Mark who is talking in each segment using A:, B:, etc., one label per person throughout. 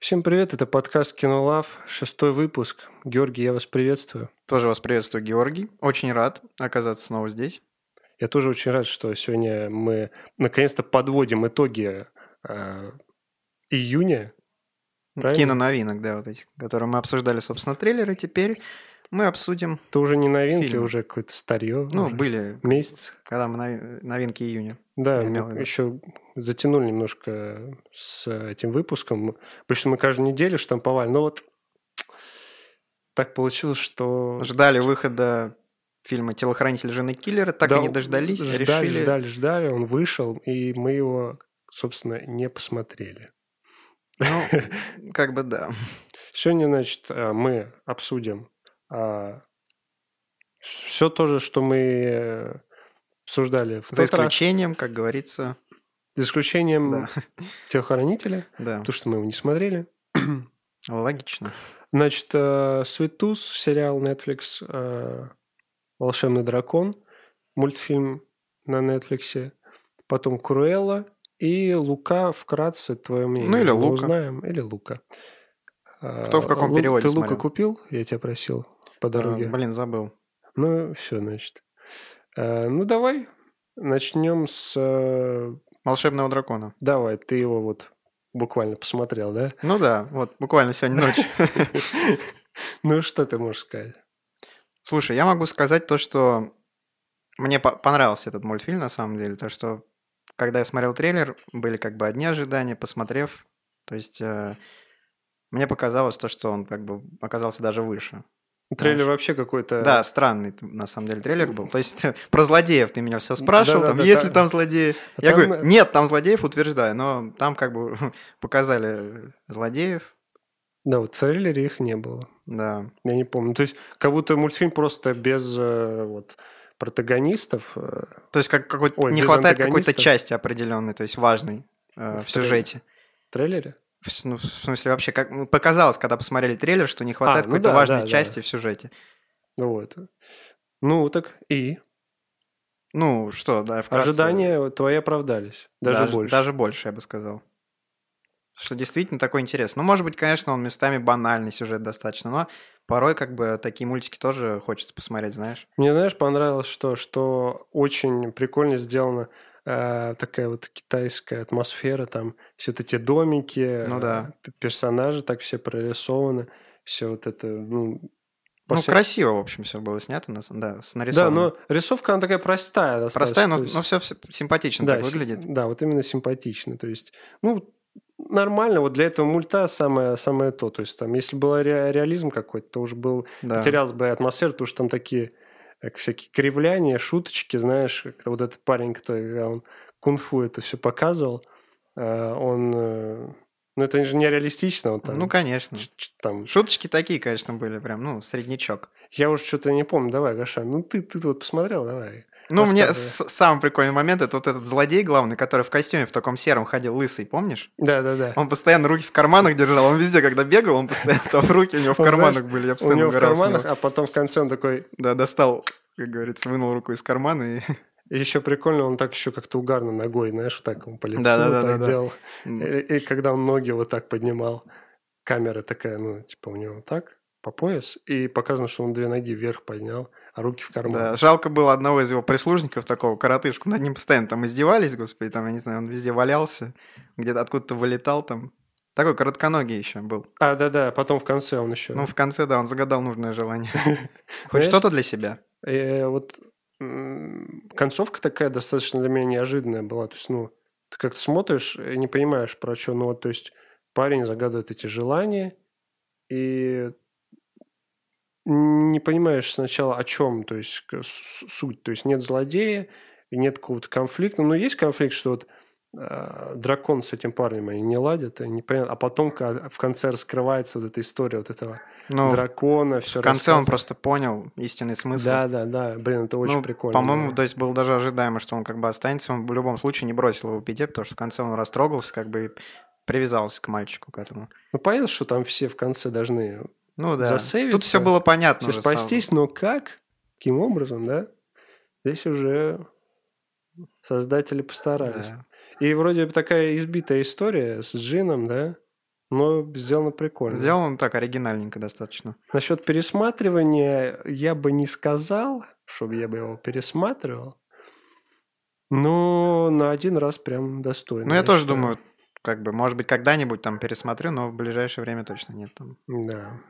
A: Всем привет, это подкаст «Кинолав», шестой выпуск. Георгий, я вас приветствую.
B: Тоже вас приветствую, Георгий. Очень рад оказаться снова здесь.
A: Я тоже очень рад, что сегодня мы наконец-то подводим итоги э, июня. Правильно?
B: Киноновинок, да, вот этих, которые мы обсуждали, собственно, трейлеры. Теперь мы обсудим,
A: Это уже не новинки,
B: Фильм.
A: уже какое-то старье.
B: ну,
A: уже
B: были,
A: Месяц.
B: когда мы нови- новинки июня.
A: Да,
B: Я имел в виду.
A: еще затянули немножко с этим выпуском. Обычно мы каждую неделю штамповали, но Ну вот так получилось, что...
B: Ждали выхода фильма «Телохранитель жены киллера», так
A: Да,
B: и не дождались, а
A: Ждали,
B: решили...
A: ждали, ждали, он вышел, и мы его, собственно, не посмотрели.
B: Ну, как бы да.
A: Сегодня, значит, э, мы обсудим все то же, что мы э, обсуждали в
B: За
A: тот раз,
B: исключением, как говорится,
A: за исключением
B: Да.
A: телохранителя,
B: да,
A: то, что мы его не смотрели.
B: логично.
A: Значит, Светус, сериал Netflix, э, Волшебный дракон, мультфильм на Netflix, потом Круэлла и Лука вкратце твое мнение.
B: Ну, или
A: мы
B: Лука.
A: Узнаем или Лука. Э,
B: Кто в каком переводе
A: Ты Лука
B: смотрел?
A: купил? Я тебя просил по дороге.
B: А, Блин, забыл.
A: Ну, все, значит. Э, Ну, давай начнем с... э,
B: «Волшебного дракона».
A: Давай, ты его вот буквально посмотрел, да?
B: Ну да, вот буквально сегодня ночью.
A: Ну, что ты можешь сказать?
B: Слушай, я могу сказать то, что мне по- понравился этот мультфильм на самом деле, то что когда я смотрел трейлер, были как бы одни ожидания, посмотрев, то есть э, мне показалось то, что он как бы оказался даже выше.
A: Трейлер вообще какой-то...
B: Да, странный т- на самом деле трейлер был. То есть э, про злодеев ты меня все спрашивал, там
A: Да-да-да,
B: есть ли
A: да.
B: там злодеи.
A: А
B: Я
A: там,
B: говорю,
A: э,
B: нет, там злодеев утверждаю, но там как бы показали злодеев,
A: Да, вот в трейлере их не было.
B: да.
A: Я не помню. То есть, как будто мультфильм просто без э, вот, протагонистов. э,
B: То есть как какой-то-
A: Ой,
B: не
A: без
B: хватает какой-то
A: антагонистов.
B: части определенной, то есть важной э,
A: В трейлере.
B: в сюжете.
A: В трейлере?
B: В с- Ну, в смысле, вообще, как ну, показалось, когда посмотрели трейлер, что не хватает
A: ну
B: какой-то
A: да,
B: важной
A: да, да.
B: части в сюжете.
A: Вот. Ну, так и
B: Ну, что, да, вкратце.
A: ожидания твои оправдались. Даже, больше.
B: Даже больше, я бы сказал. Что действительно такой интерес. Ну, может быть, конечно, он местами банальный сюжет достаточно, но порой как бы такие мультики тоже хочется посмотреть, знаешь.
A: Мне, знаешь, понравилось, что, что очень прикольно сделана э, такая вот китайская атмосфера. Там все вот эти домики,
B: Ну
A: э,
B: да.
A: п- персонажи так все прорисованы. Все вот это, ну, по
B: Ну,
A: всем-
B: красиво, в общем, все было снято, на с- да, с
A: Да,
B: нарисованным.
A: но рисовка, она такая простая достаточно.
B: Простая, но,
A: то есть-
B: но все симпатично так
A: с-
B: выглядит.
A: Да, вот именно симпатично. То есть, ну, нормально, вот для этого мульта самое, самое то. То есть, там, если был ре- реализм какой-то, то уже был,
B: Да.
A: потерялась бы атмосфера, потому что там такие как всякие кривляния, шуточки, знаешь, как вот этот парень, который когда он кунг-фу это все показывал, э, он... э, Ну, это же не реалистично. Он там,
B: Ну, конечно.
A: ч- ч- там,
B: Шуточки такие, конечно, были прям, ну, среднячок.
A: я уже что-то не помню. Давай, Гаша, ну ты, ты вот посмотрел, давай.
B: Ну, мне с-
A: Рассказывай.
B: самый прикольный момент это вот этот злодей главный, который в костюме в таком сером ходил лысый, помнишь?
A: Да-да-да.
B: Он постоянно руки в карманах держал, он везде, когда бегал, он постоянно там руки у него в
A: Он, знаешь,
B: карманах были, я
A: У
B: постоянно
A: него в
B: угорал с
A: карманах,
B: него.
A: а потом в конце он такой,
B: Да, достал, как говорится, вынул руку из кармана и...
A: Еще прикольно, он так еще как-то угарно ногой, знаешь, вот так он по лицу
B: Да-да-да,
A: так
B: да-да.
A: делал.
B: м,
A: И, и когда он ноги вот так поднимал, камера такая, ну, типа у него вот так, по пояс, и показано, что он две ноги вверх поднял, а руки в карман.
B: Да, жалко было одного из его прислужников, такого коротышку, над ним постоянно там издевались, господи, там, я не знаю, он везде валялся, где-то откуда-то вылетал там. Такой коротконогий еще был.
A: А, да-да, потом в конце он еще.
B: Ну, в конце, да, он загадал нужное желание. Хоть
A: Знаешь-
B: что-то для себя.
A: Э, вот м, концовка такая достаточно для меня неожиданная была. То есть, ну, ты как-то смотришь и не понимаешь, про что. Ну, вот, то есть, парень загадывает эти желания, и не понимаешь сначала о чем, то есть, к- с- суть. То есть, нет злодея, и нет какого-то конфликта. Ну, есть конфликт, что вот э, дракон с этим парнем они не ладят, и непонятно. А потом ка- в конце раскрывается вот эта история вот этого
B: Ну, в
A: дракона, все
B: В конце он просто понял истинный смысл.
A: да, да, да. Блин, это очень
B: Ну,
A: прикольно.
B: По-моему,
A: да.
B: то есть было даже ожидаемо, что он как бы останется. Он в любом случае не бросил его в беде, потому что в конце он растрогался, как бы и привязался к мальчику к этому.
A: Ну, понятно, что там все в конце должны
B: Ну да.
A: Засейвиться.
B: Тут все было понятно.
A: все
B: уже с самого-
A: спастись, но как? Каким образом, да? Здесь уже создатели постарались.
B: Да.
A: И вроде бы такая избитая история с Джином, да? но сделано прикольно.
B: Сделано так оригинальненько достаточно.
A: Насчет пересматривания я бы не сказал, чтобы я бы его пересматривал, но на один раз прям достойно.
B: Ну, я тоже
A: считаю.
B: думаю, как бы, может быть, когда-нибудь там пересмотрю, но в ближайшее время точно нет там.
A: Да.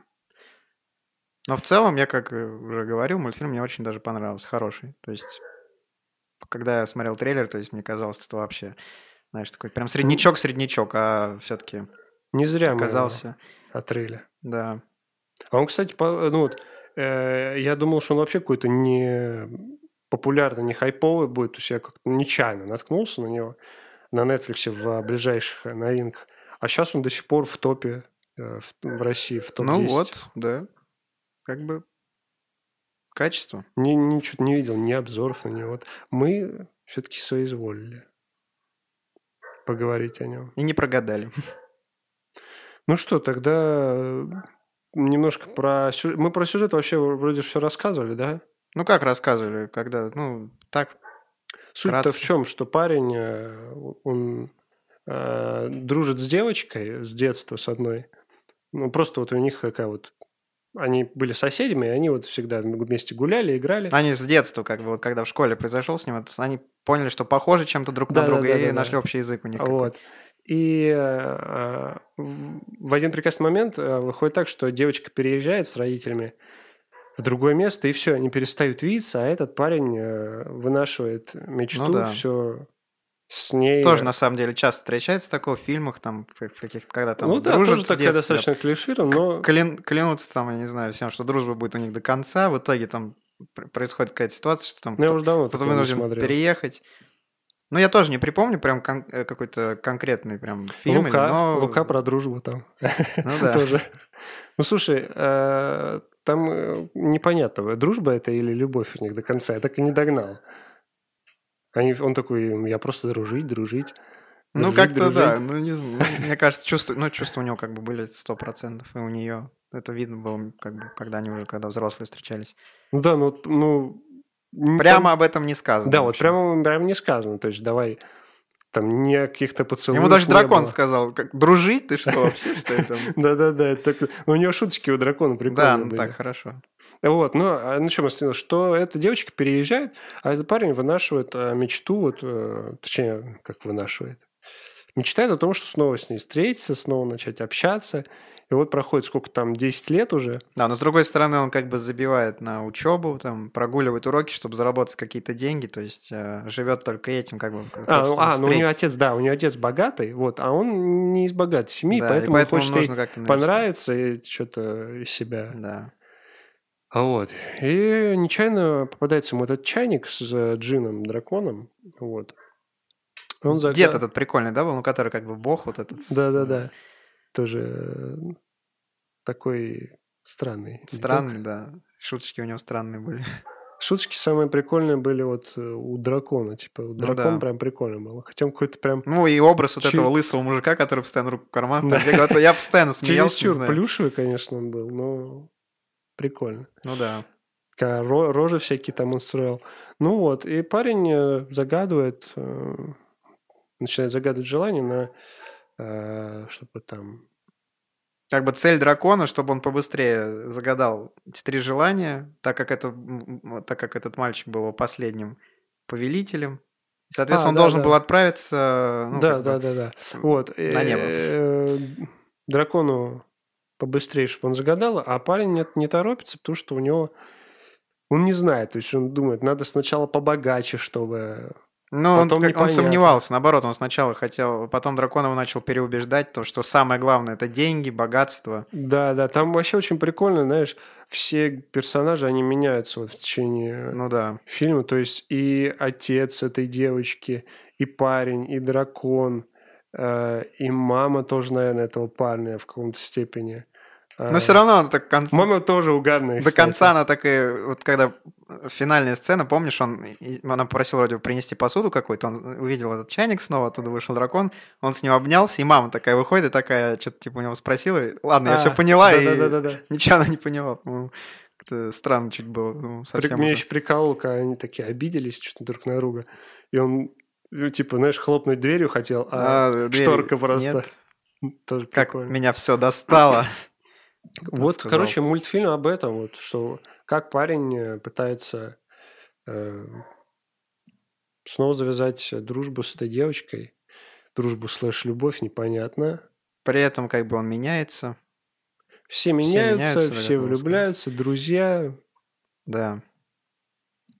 B: Но в целом, я как э, уже говорил, мультфильм мне очень даже понравился, хороший. То есть, когда я смотрел трейлер, то есть мне казалось, что вообще, знаешь, такой прям среднячок-среднячок, а все-таки
A: Не зря мы его
B: оказался,
A: отрыли.
B: да.
A: А он, кстати, по- ну вот, э, я думал, что он вообще какой-то не популярный, не хайповый будет. То есть я как-то нечаянно наткнулся на него на Netflix в а, ближайших э, новинках. А сейчас он до сих пор в топе э, в, в России, в топ-10.
B: Ну вот, да. Как бы качество.
A: Ни, ничего не видел, ни обзоров на него. Вот мы все-таки соизволили поговорить о нем.
B: И не прогадали.
A: Ну что, тогда э, немножко про... сю- Мы про сюжет вообще вроде все рассказывали, да?
B: Ну, как рассказывали, когда, ну, так,
A: Суть-то в
B: Вкратце.
A: чем, что парень, э, он э, дружит с девочкой с детства, с одной. Ну, просто вот у них такая вот... Они были соседями, и они вот всегда вместе гуляли, играли.
B: они с детства, как бы, вот когда в школе произошел с ним, это- они поняли, что похожи чем-то друг на
A: Да-да-да-да-да.
B: друга, и нашли общий язык у них. какой-то.
A: Вот. И э, э, в в один прекрасный момент э, выходит так, что девочка переезжает с родителями в другое место, и все, они перестают видеться, а этот парень э, вынашивает мечту,
B: Ну да.
A: все с ней. э,
B: Тоже, на самом деле, часто встречается такое в фильмах, там, в в каких-то, когда там
A: ну да,
B: дружат
A: тоже
B: в
A: такая
B: детстве,
A: достаточно клиширована, но...
B: клин- клянутся там, я не знаю, всем, что дружба будет у них до конца, в итоге там пр- происходит какая-то ситуация, что там
A: Ну, я
B: кто-
A: уже давно
B: кто-то
A: такое не
B: вынужден
A: смотрел.
B: переехать. Ну, я тоже не припомню прям кон- э, какой-то конкретный прям фильм. или-
A: Лука,
B: но...
A: Лука про дружбу там
B: Ну да.
A: тоже. Ну, слушай, э, там э, непонятно, дружба это или любовь у них до конца. Я так и не догнал. Они, он такой, я просто дружить, дружить.
B: Ну,
A: дружить,
B: как-то да.
A: дружить».
B: Ну, не знаю. Мне кажется, чувства, ну, чувства у него как бы были 100%, и у нее это видно было, как бы, когда они уже, когда взрослые встречались.
A: Ну да, ну, вот, ну... не
B: Прямо об этом не сказано.
A: там- да, вот
B: вообще.
A: прямо, прямо не сказано. То есть давай там не каких-то поцелуев
B: Ему даже
A: не
B: дракон
A: было.
B: сказал, как, дружить ты что вообще, что это?
A: Да-да-да, это так- ну, у него шуточки у дракона
B: Да,
A: прикольные
B: ну
A: были.
B: так, хорошо.
A: Вот, ну, а на чем остановилось? Что эта девочка переезжает, а этот парень вынашивает э, мечту, вот, э, точнее, как вынашивает, мечтает о том, что снова с ней встретиться, снова начать общаться. И вот проходит сколько там, 10 лет уже.
B: Да, но с другой стороны, он как бы забивает на учебу, там, прогуливает уроки, чтобы заработать какие-то деньги, то есть э, живет только этим, как бы.
A: А, ну,
B: чтобы
A: а, ну у нее
B: встретиться.
A: отец, да, у нее отец богатый, вот, а он не из богатой семьи,
B: Да, и
A: поэтому, он
B: поэтому
A: хочет
B: нужно
A: ей
B: как-то навести.
A: понравиться и что-то из себя.
B: Да.
A: А вот. И нечаянно попадается ему этот чайник с э, джином, драконом, вот. Он загад-
B: Дед этот прикольный, да, был, ну, который как бы бог вот этот. с- э,
A: Да-да-да. Тоже э, такой странный. дедок.
B: Странный, да. Шуточки у него странные были.
A: Шуточки самые прикольные были вот э, у дракона. Типа, у дракона
B: Ну да.
A: прям прикольно было. Хотя он какой-то прям
B: Ну, и образ вот
A: Чир-
B: этого лысого мужика, который постоянно руку в карман. там бегал. Я постоянно смеялся, не
A: чересчур
B: знаю.
A: плюшевый, конечно, он был, но прикольно.
B: Ну да.
A: Ка- ро- Рожи всякие там он строил. Ну вот, и парень э, загадывает, э, начинает загадывать желание на э, чтобы там...
B: Как бы цель дракона, чтобы он побыстрее загадал эти три желания, так как, это, м, м, так как этот мальчик был его последним повелителем. И, Соответственно,
A: А,
B: он
A: да,
B: должен
A: да.
B: был отправиться ну,
A: да,
B: как
A: да,
B: бы,
A: да, да. Вот.
B: на небо.
A: э, Дракону побыстрее, чтобы он загадал, а парень нет, не торопится, потому что у него... Он не знает, то есть он думает, надо сначала побогаче, чтобы...
B: Ну, он,
A: Потом
B: как- он
A: непонятно.
B: сомневался, наоборот, он сначала хотел, потом дракон его начал переубеждать, то, что самое главное – это деньги, богатство.
A: Да, да, там вообще очень прикольно, знаешь, все персонажи, они меняются вот в течение
B: Ну да.
A: фильма, то есть и отец этой девочки, и парень, и дракон, э, и мама тоже, наверное, этого парня в каком-то степени. э.
B: Но все равно он так к концу-
A: Мама ну, тоже угарная.
B: До
A: кстати.
B: конца она так и... Вот когда финальная сцена, помнишь, он, и- она попросила вроде бы принести посуду какую-то, он увидел этот чайник снова, оттуда вышел дракон, он с ним обнялся, и мама такая выходит и такая что-то типа у него спросила, и, ладно, я
A: А,
B: все поняла, и
A: да-да-да-да.
B: ничего она не поняла. по-моему. Как-то странно чуть было. ну,
A: При-
B: совсем
A: Меня
B: уже.
A: еще приколол, когда они такие обиделись что-то друг на друга. И он, ну, типа, знаешь, хлопнуть дверью хотел, а,
B: А, дверь
A: шторка просто.
B: нет.
A: Тоже
B: Как
A: прикольно.
B: меня все достало.
A: Вот,
B: сказал.
A: короче, мультфильм об этом, вот, что как парень э, пытается э, снова завязать дружбу с этой девочкой, дружбу слэш любовь, непонятно.
B: При этом как бы он меняется.
A: Все меняются, все,
B: меняются, да, как можно
A: влюбляются, друзья.
B: Да.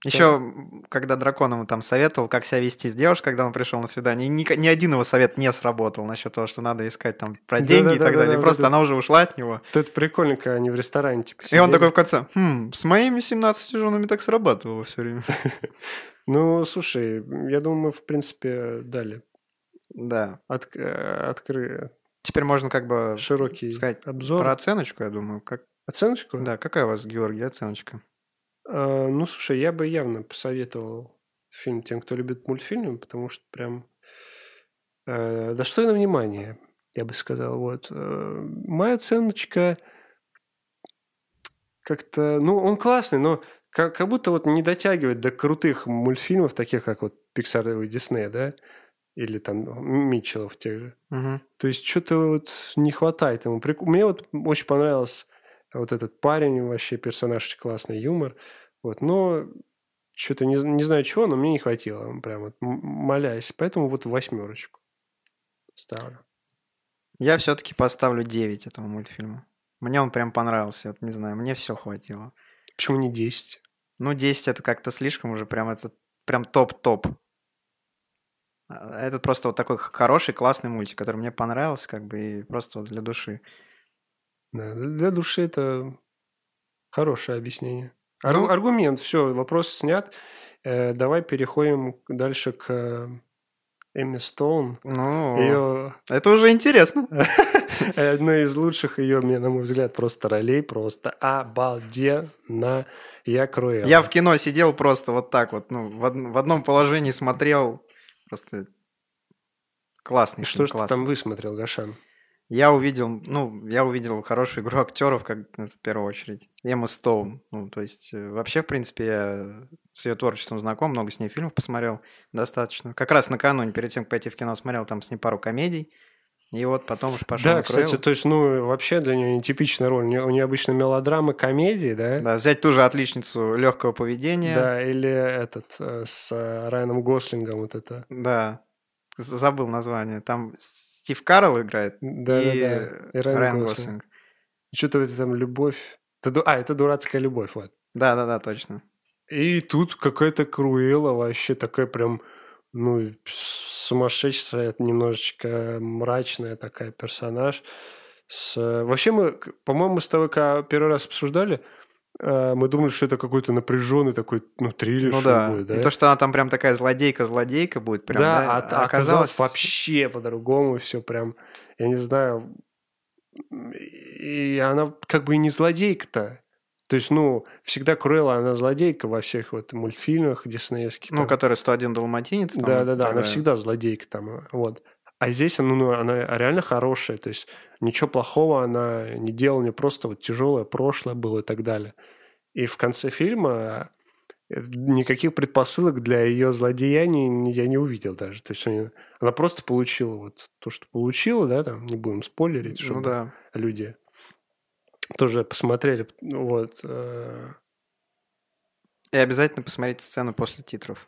B: Еще, когда дракон ему там советовал, как себя вести с девушкой, когда он пришел на свидание, ни, ни один его совет не сработал насчет того, что надо искать там про
A: Да,
B: деньги
A: да,
B: и
A: да,
B: так
A: да,
B: далее.
A: да,
B: Просто
A: да.
B: она уже ушла от него.
A: Вот это прикольно, когда они в ресторане типа
B: И он
A: сидели.
B: такой в конце, «Хм, с моими 17 женами так срабатывало все время.
A: Ну, слушай, я думаю, мы, в принципе, дали
B: Да.
A: от, э, откры-
B: Теперь можно как бы
A: широкий
B: сказать,
A: обзор.
B: про оценочку, я думаю. Как...
A: Оценочку?
B: Да, какая у вас, Георгий, оценочка?
A: Э, Ну, слушай, я бы явно посоветовал фильм тем, кто любит мультфильмы, потому что прям э, достойно внимания, я бы сказал. Вот. Э, Моя оценочка как-то... Ну, он классный, но как, как будто вот не дотягивает до крутых мультфильмов, таких как вот Pixar и Disney, да? Или там э, Митчеллов тех же.
B: Мгм.
A: То есть что-то вот не хватает ему. Прик- Мне вот очень понравился вот этот парень, вообще персонаж, очень классный юмор. Вот, но что-то не, не знаю чего, но мне не хватило, прям вот м- молясь. Поэтому вот восьмерочку ставлю.
B: Я все-таки поставлю 9 этому мультфильму. Мне он прям понравился, вот не знаю, мне все хватило.
A: Почему не 10?
B: Ну, 10 это как-то слишком уже, прям это прям топ-топ. А, Это просто вот такой х- хороший, классный мультик, который мне понравился, как бы, и просто вот для души.
A: Да, для души это хорошее объяснение. Аргу-
B: Ну-
A: Аргумент, все, вопрос снят. Э, давай переходим к- дальше к э, Эмми Стоун.
B: Ну,
A: Ее
B: это уже интересно.
A: Э, Одна из лучших ее, мне, на мой взгляд, просто ролей, просто обалденно. Я Круэлла.
B: Я в кино сидел просто вот так вот, ну, в, од- в одном положении смотрел, просто классный
A: И Что
B: фильм,
A: ж ты
B: классный.
A: там высмотрел, Гашан?
B: Я увидел, ну, я увидел хорошую игру актеров, как ну, в первую очередь. Эмма Стоун. Ну, то есть, э, вообще, в принципе, я с ее творчеством знаком, много с ней фильмов посмотрел достаточно. Как раз накануне, перед тем, как пойти в кино, смотрел там с ней пару комедий. И вот потом уж пошел
A: да,
B: на
A: кстати,
B: Круэллу.
A: то есть, ну, вообще для нее нетипичная роль. У нее, у нее обычно мелодрамы, комедии, да?
B: Да, взять ту же отличницу легкого поведения.
A: Да, или этот э, с э, Райаном Гослингом вот это.
B: Да. З- Забыл название. Там Стив Карл играет
A: Да,
B: и,
A: да, да. И Райан, Гослинг. Что-то это там любовь. Это ду- А, это дурацкая любовь, вот.
B: Да-да-да, точно.
A: И тут какая-то Круэлла вообще такая прям, ну, сумасшедшая, немножечко мрачная такая персонаж. С... э, Вообще мы, к- по-моему, с тобой когда первый раз обсуждали, э, мы думали, что это какой-то напряженный такой, ну, триллер.
B: Ну
A: что ли
B: да.
A: будет, да?
B: И то, что она там прям такая злодейка-злодейка будет, прям,
A: да,
B: да,
A: а, а оказалось вообще по-другому все прям, я не знаю. И она как бы и не злодейка-то. То есть, ну, всегда Круэлла, она злодейка во всех вот мультфильмах диснеевских.
B: Ну,
A: там.
B: который 101 далматинец. там,
A: Да,
B: и
A: да, да,
B: так
A: она
B: далее.
A: всегда злодейка там, э, вот. А здесь она, ну, она реально хорошая, то есть ничего плохого она не делала, у нее просто вот тяжелое прошлое было и так далее. И в конце фильма э, никаких предпосылок для ее злодеяний н- я не увидел даже. То есть у неё- она просто получила вот то, что получила, да, там, не будем спойлерить, чтобы
B: Ну да.
A: люди тоже посмотрели, ну, вот. э,
B: И обязательно посмотрите сцену после титров.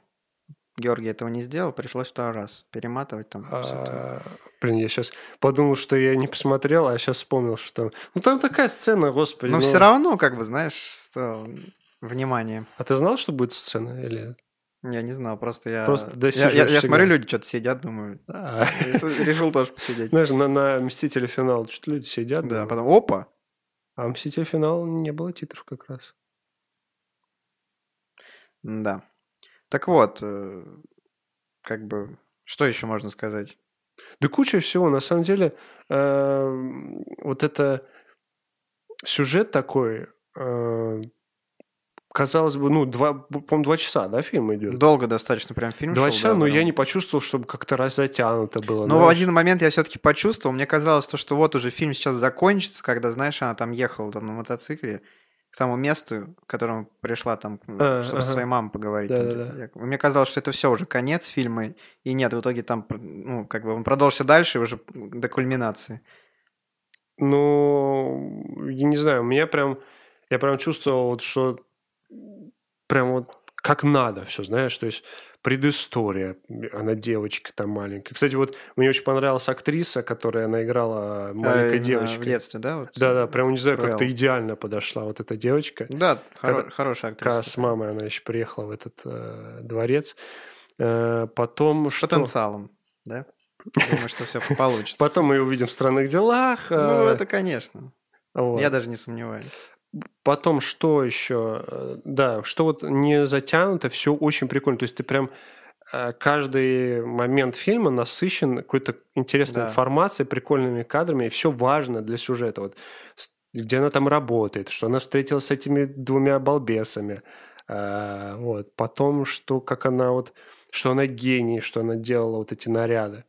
B: Георгий этого не сделал, пришлось второй раз перематывать там. всё это.
A: А, Блин, я сейчас подумал, что я не посмотрел, а сейчас вспомнил, что... там- Ну, там такая сцена, господи.
B: Но
A: ну.
B: все равно, как бы, знаешь, что... Внимание.
A: А ты знал, что будет сцена? Или...
B: Я не знал, просто я...
A: Просто
B: я,
A: досиживаешь
B: я- я
A: всегда.
B: смотрю, люди что-то сидят, думаю.
A: А,
B: Я с- Решил тоже посидеть.
A: Знаешь, на, на «Мстители. Финал» что-то люди сидят.
B: Да,
A: думаю.
B: потом опа.
A: А «Мстители. Финал» не было титров как раз.
B: Да. Так вот, э, как бы, что еще можно сказать?
A: Да куча всего. На самом деле, э, вот это сюжет такой... э, Казалось бы, ну, два, по-моему, два часа, да, фильм идет?
B: Долго достаточно прям фильм
A: Два
B: шел,
A: часа,
B: да,
A: но я
B: прям.
A: не почувствовал, чтобы как-то раз затянуто было. Ну,
B: Но в
A: знаешь.
B: один момент я все-таки почувствовал, мне казалось, то, что вот уже фильм сейчас закончится, когда, знаешь, она там ехала там на мотоцикле, к тому месту, к которому пришла там,
A: А,
B: чтобы
A: ага.
B: со своей мамой поговорить.
A: Да,
B: там,
A: да,
B: типа, я- Мне казалось, что это все уже конец фильма, и нет, в итоге там, ну, как бы он продолжился дальше уже до кульминации.
A: Ну, я не знаю, у меня прям, я прям чувствовал, вот, что прям вот как надо все, знаешь, то есть предыстория, она девочка там маленькая. Кстати, вот мне очень понравилась актриса, которая она играла маленькой
B: А,
A: девочкой.
B: В детстве, да? вот?
A: Да-да, прям, не знаю, как-то
B: Правило.
A: идеально подошла вот эта девочка.
B: Да, хоро-
A: Когда-
B: хорошая
A: Как
B: актриса.
A: раз с мамой она еще приехала в этот э, дворец. Э, потом
B: С
A: что?
B: потенциалом, да? Думаю, что все получится.
A: Потом мы ее увидим в «Странных делах».
B: Ну,
A: э,
B: это, конечно.
A: вот.
B: Я даже не сомневаюсь.
A: Потом что еще? Э, Да, что вот не затянуто, все очень прикольно. То есть ты прям э, каждый момент фильма насыщен какой-то интересной
B: Да.
A: информацией, прикольными кадрами, и все важно для сюжета. Вот с- где она там работает, что она встретилась с этими двумя балбесами, э, вот. Потом что, как она вот, что она гений, что она делала вот эти наряды.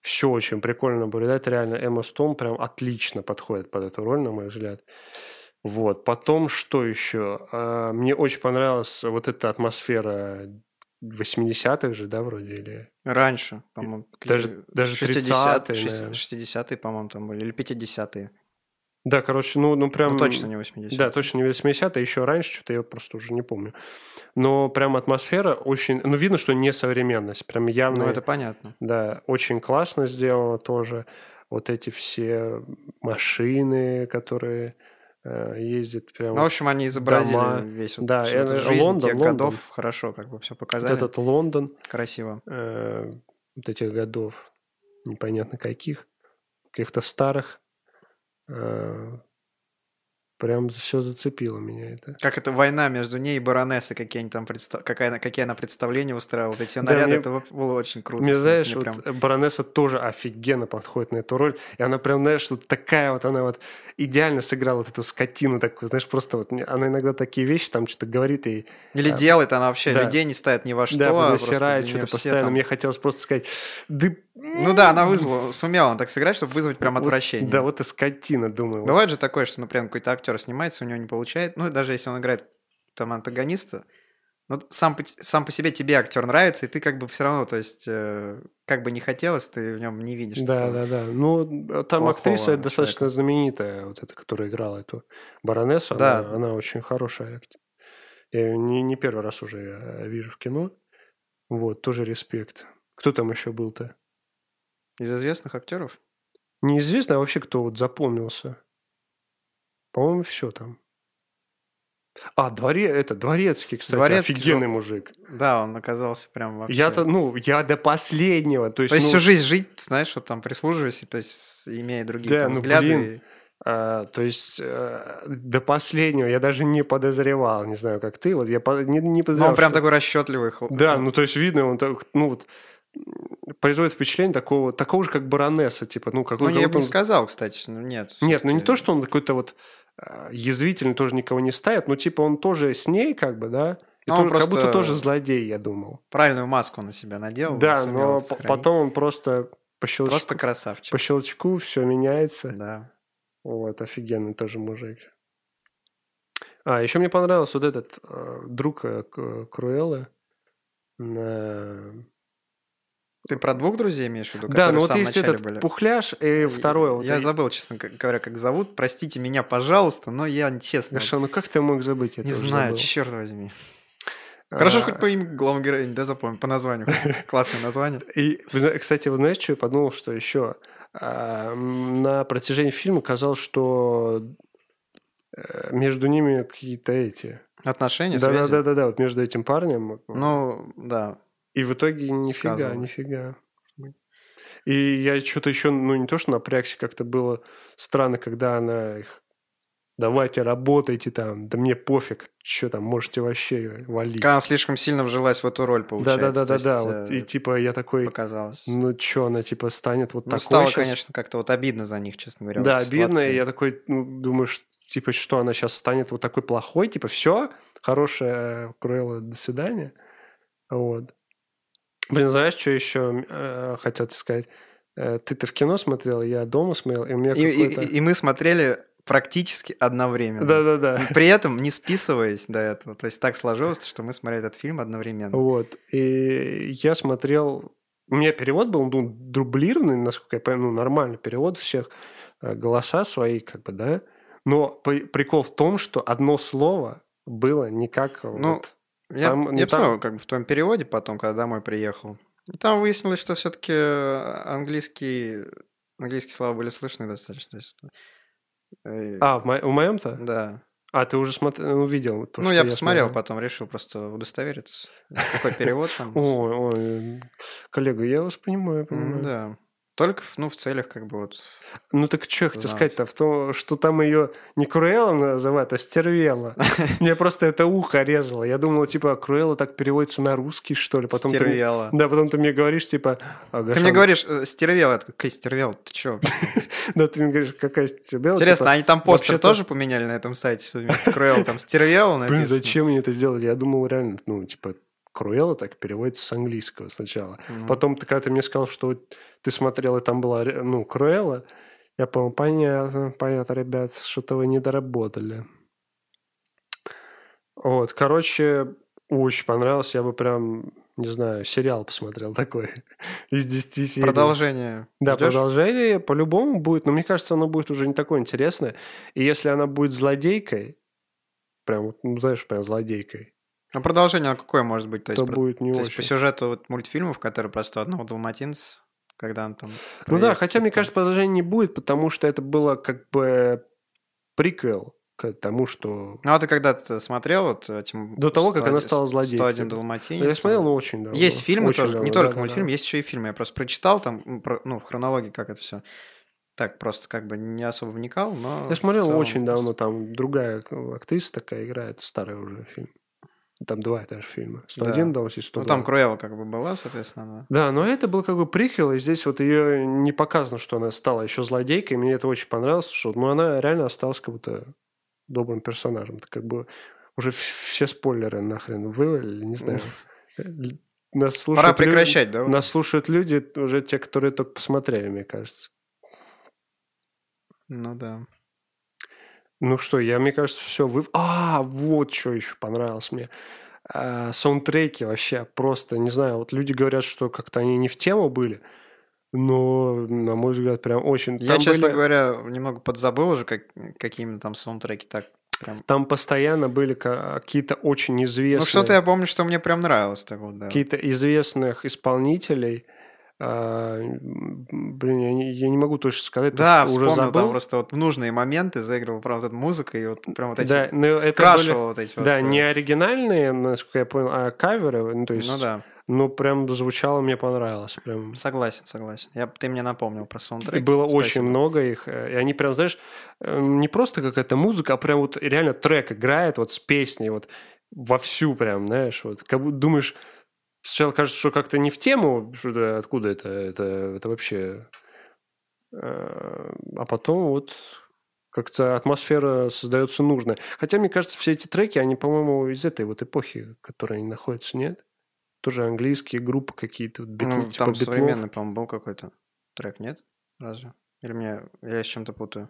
A: Все очень прикольно наблюдать. Реально, Эмма Стоун прям отлично подходит под эту роль, на мой взгляд. Вот. Потом что еще? А, Мне очень понравилась вот эта атмосфера 80-х же, да, вроде, или...
B: Раньше, по-моему.
A: Даже-
B: какие-
A: даже
B: 60-е,
A: 30-е,
B: э, шест-
A: наверное.
B: 60-е, по-моему, там были, или 50-е.
A: Да, короче, ну, ну прям...
B: Ну, точно не 80-е.
A: Да, точно не 80-е, еще раньше, что-то я просто уже не помню. Но прям атмосфера очень... Ну, видно, что не современность, прям явно...
B: Ну, это понятно.
A: Да, очень классно сделано тоже. Вот эти все машины, которые э, ездят прям...
B: Ну, в общем, они изобразили
A: дома.
B: весь вот
A: Да,
B: всю эту
A: э,
B: жизнь
A: Лондон,
B: тех
A: Лондон.
B: годов. Хорошо, как бы все
A: вот
B: показали.
A: этот Лондон.
B: Красиво.
A: э, вот этих годов, непонятно каких, каких-то старых, э, прям все зацепило меня это.
B: Как это война между ней и баронессой, какие они там предста- какая она- какие она представления устраивала. Вот Эти
A: Да,
B: наряды,
A: мне-
B: это во- было очень круто.
A: Мне,
B: Мне
A: знаешь, вот
B: прям-
A: баронесса тоже офигенно подходит на эту роль. И она прям, знаешь, вот такая вот, она вот идеально сыграла вот эту скотину такую, знаешь, просто вот мне- она иногда такие вещи там что-то говорит и
B: Или
A: а,
B: делает она вообще,
A: да.
B: людей не ставит ни во что.
A: да,
B: а просто
A: насирает
B: для
A: что-то
B: неё все
A: постоянно.
B: там-
A: Мне хотелось просто сказать, да...
B: Ну да, она вызвала, сумела так сыграть, чтобы вызвать прям
A: вот-
B: отвращение.
A: Да, вот и скотина, думаю. вот.
B: Бывает же такое, что, например, какой-то актер снимается, у него не получает. Ну, даже если он играет там антагониста, ну, сам по, те- сам по себе тебе актер нравится, и ты как бы все равно, то есть, э, как бы не хотелось, ты в нем не видишь.
A: Да,
B: что-то.
A: да, да. Ну, а там
B: плохого
A: актриса
B: человека.
A: достаточно знаменитая, вот эта, которая играла эту баронессу.
B: Да.
A: Она, она очень хорошая. акт- Я ее не, не первый раз уже э, вижу в кино. Вот, тоже респект. Кто там еще был-то?
B: Из известных актеров?
A: Неизвестно а вообще, кто вот запомнился. По-моему, все там. А, дворе, это, дворецкий, кстати,
B: Дворецкий,
A: офигенный мужик.
B: Да, он оказался прям вообще...
A: Я-то, ну, я до последнего. То есть,
B: То есть
A: ну,
B: всю жизнь жить, знаешь, вот там прислуживаясь, и, то есть имея другие
A: Да,
B: там
A: ну,
B: взгляды.
A: блин. А, то есть э, до последнего я даже не подозревал, не знаю, как ты, вот я по- не, не
B: Но
A: подозревал.
B: Ну, он прям
A: что-
B: такой расчетливый. хл-
A: Да, ну то есть видно, он так, ну вот м, производит впечатление такого, такого же, как баронесса, типа, ну
B: Ну,
A: какой
B: я
A: как
B: бы
A: будто
B: не сказал, кстати, ну, нет.
A: он- Нет, ну не
B: всё-таки.
A: то, что он какой-то вот э, язвительный, тоже никого не ставит, но типа он тоже с ней, как бы, да, и
B: Ну, он
A: тоже- как будто
B: просто-
A: тоже злодей, я думал.
B: Правильную маску на себя надел.
A: да,
B: сумел
A: но
B: это
A: по-
B: сохранить.
A: потом он просто по щелчку,
B: Просто красавчик.
A: по щелчку все меняется.
B: Да.
A: Вот, офигенный тоже мужик. А, еще мне понравился вот этот э, друг э, К- Круэллы. На-
B: Ты про двух друзей имеешь в виду?
A: Да,
B: которые
A: ну
B: в
A: вот
B: самом
A: есть
B: начале
A: этот
B: были?
A: пухляж и второй. Вот
B: я
A: и-
B: забыл, честно г- говоря, как зовут. Простите меня, пожалуйста, но я честно
A: Гоша, ну как ты мог забыть это?
B: не
A: уже
B: знаю,
A: забыл.
B: черт возьми.
A: А,
B: Хорошо, что хоть по имени главного героя, да, запомнил, по названию. Классное название.
A: И, вы зна- кстати, вы знаете, что я подумал, что еще? А, м, на протяжении фильма казалось, что э, между ними какие-то эти...
B: Отношения, связи.
A: Да-да-да, вот между этим парнем... э,
B: Ну, да.
A: И в итоге нифига,
B: Сказывалось.
A: нифига. И я что-то еще, ну не то, что напрягся, как-то было странно, когда она их давайте работайте там, да мне пофиг, что там, можете вообще валить.
B: Когда она слишком сильно вжилась в эту роль,
A: Да,
B: получается.
A: да, да,
B: то
A: да,
B: есть,
A: да.
B: э,
A: Вот, и типа я такой,
B: показалось. Ну,
A: ну что, она типа станет вот такой.
B: стало,
A: щас?»
B: конечно, как-то вот обидно за них, честно говоря. в
A: Да,
B: этой
A: обидно.
B: ситуации.
A: И я такой, ну, думаю, ш- типа, что она сейчас станет вот такой плохой, типа, все, хорошая Круэлла, до свидания. Вот. Блин, знаешь, что еще Э, хотел тебе сказать? Э, Ты-то в кино смотрел, я дома смотрел, и у меня
B: И, и-
A: какой-то...
B: и мы смотрели практически одновременно.
A: Да-да-да.
B: При этом не списываясь до этого. То есть так сложилось, что мы смотрели этот фильм одновременно.
A: Вот. И я смотрел... У меня перевод был ну, дублированный, насколько я понимаю, ну, нормальный перевод всех э, голоса свои, как бы, да. Но при- прикол в том, что одно слово было никак...
B: Ну,
A: вот,
B: Я,
A: Там-
B: я
A: не там.
B: посмотрел как бы в твоем переводе потом, когда домой приехал. И там выяснилось, что все-таки английский, английские слова были слышны достаточно. То есть, э,
A: А, в, мо- в моем-то?
B: да.
A: А, ты уже смотр... увидел. то,
B: ну,
A: что
B: я посмотрел
A: смотрел.
B: потом, решил просто удостовериться. Какой перевод там.
A: Ой, ой, коллега, я вас понимаю, я понимаю.
B: М, Да. Только, в- ну, в целях как бы вот...
A: Ну так что я хотел
B: Знать.
A: сказать-то в том, что там ее не Круэлла называют, а Стервела. Мне просто это ухо резало. Я думал, типа, Круэлла так переводится на русский, что ли. Потом ты мне-
B: стервела.
A: Да, потом ты мне говоришь, типа... а,
B: Ты
A: Гошан,
B: мне говоришь, э, стервела. Я такой, «Какая стервела? Ты чё?
A: Да, ты мне говоришь, какая Стервела.
B: Интересно,
A: типа,
B: они там постер
A: вообще-то-
B: тоже поменяли на этом сайте, что вместо Круэлла там стервела а написано?
A: Блин, зачем они это сделали? Я думал, реально, ну, типа, Круэлла так переводится с английского сначала.
B: Ну,
A: Потом, ты- когда ты мне сказал, что ты смотрел, и там была, ре- ну, Круэлла, я понял, понятно, понятно, ребят, что-то вы не доработали. Вот, короче, очень понравилось. Я бы прям, не знаю, сериал посмотрел такой из 10 серий.
B: Продолжение.
A: Да,
B: ждёшь?
A: продолжение по-любому будет, но мне кажется, оно будет уже не такое интересное. И если она будет злодейкой, прям, вот, ну, знаешь, прям злодейкой,
B: А продолжение оно какое может быть? То
A: то,
B: есть, про-
A: будет не
B: то есть
A: очень.
B: по сюжету вот мультфильмов, которые просто одного далматинца, когда он там...
A: Ну да,
B: проедет типа.
A: хотя, мне
B: какие-то-
A: кажется, продолжения не будет, потому что это было как бы приквел к тому, что...
B: Ну а ты когда-то смотрел вот э, этим...
A: До того, как она стала злодейкой.
B: 101
A: Ну,
B: далматинец.
A: Я смотрел,
B: там.
A: но очень давно.
B: Есть фильмы
A: Очень
B: тоже,
A: давно,
B: не только
A: да-да-да.
B: мультфильмы, есть еще и фильмы. Я просто прочитал там, м, про- ну, в хронологии, как это все. Так, просто как бы не особо вникал, но...
A: Я
B: в
A: смотрел
B: целом
A: очень
B: просто-
A: давно, там другая к- актриса такая играет, старый уже фильм. Там два даже фильма. 101
B: Да.
A: далось и 102.
B: Ну, там Круэлла как бы была, соответственно. она-
A: Да, но это был как бы приквел, и здесь вот ее не показано, что она стала еще злодейкой. Мне это очень понравилось, что ну, она реально осталась как будто добрым персонажем. Это как бы уже в- все спойлеры нахрен вывалили, не знаю. Э, Нас слушают
B: Пора
A: люди-
B: прекращать, да? вот?
A: нас слушают люди, уже те, которые только посмотрели, мне кажется.
B: Ну да.
A: Ну что, я, мне кажется, все вы... А, вот что еще понравилось мне. А, саундтреки вообще просто, не знаю, вот люди говорят, что как-то они не в тему были, но, на мой взгляд, прям очень...
B: Я,
A: Там
B: честно
A: были-
B: говоря, немного подзабыл уже, как, какие именно там саундтреки так прям...
A: Там постоянно были ка- какие-то очень известные...
B: Ну что-то я помню, что мне прям нравилось так вот, да.
A: Какие-то известных исполнителей. А, м, блин, я не, я не могу точно сказать,
B: Да,
A: потому что
B: вспомнил,
A: уже забыл.
B: там просто вот в нужные моменты заигрывал правда эта музыка, и вот прям вот эти...
A: да, но это
B: скрашивал
A: были-
B: вот эти вот...
A: Да,
B: э,
A: не оригинальные, насколько я понял, а каверы, ну, то есть
B: Ну да,
A: Ну, прям звучало, мне понравилось. Прям.
B: согласен, согласен. Я, ты мне напомнил про
A: И
B: саундтреки.
A: было
B: Спасибо.
A: очень много их. э, И они прям, знаешь, э, не просто какая-то музыка, а прям вот реально трек играет вот с песней, вот вовсю прям, знаешь, вот как будто думаешь, сначала кажется, что как-то не в тему, что-то откуда это, это, это вообще... Э, А потом вот как-то атмосфера создается нужная. Хотя, мне кажется, все эти треки, они, по-моему, из этой вот эпохи, в которой они находятся, нет? Тоже английские группы какие-то, вот,
B: Ну,
A: битл- типа
B: там
A: битлов.
B: современный, по-моему, был какой-то трек, нет? Разве? Или мне... Или я с чем-то путаю?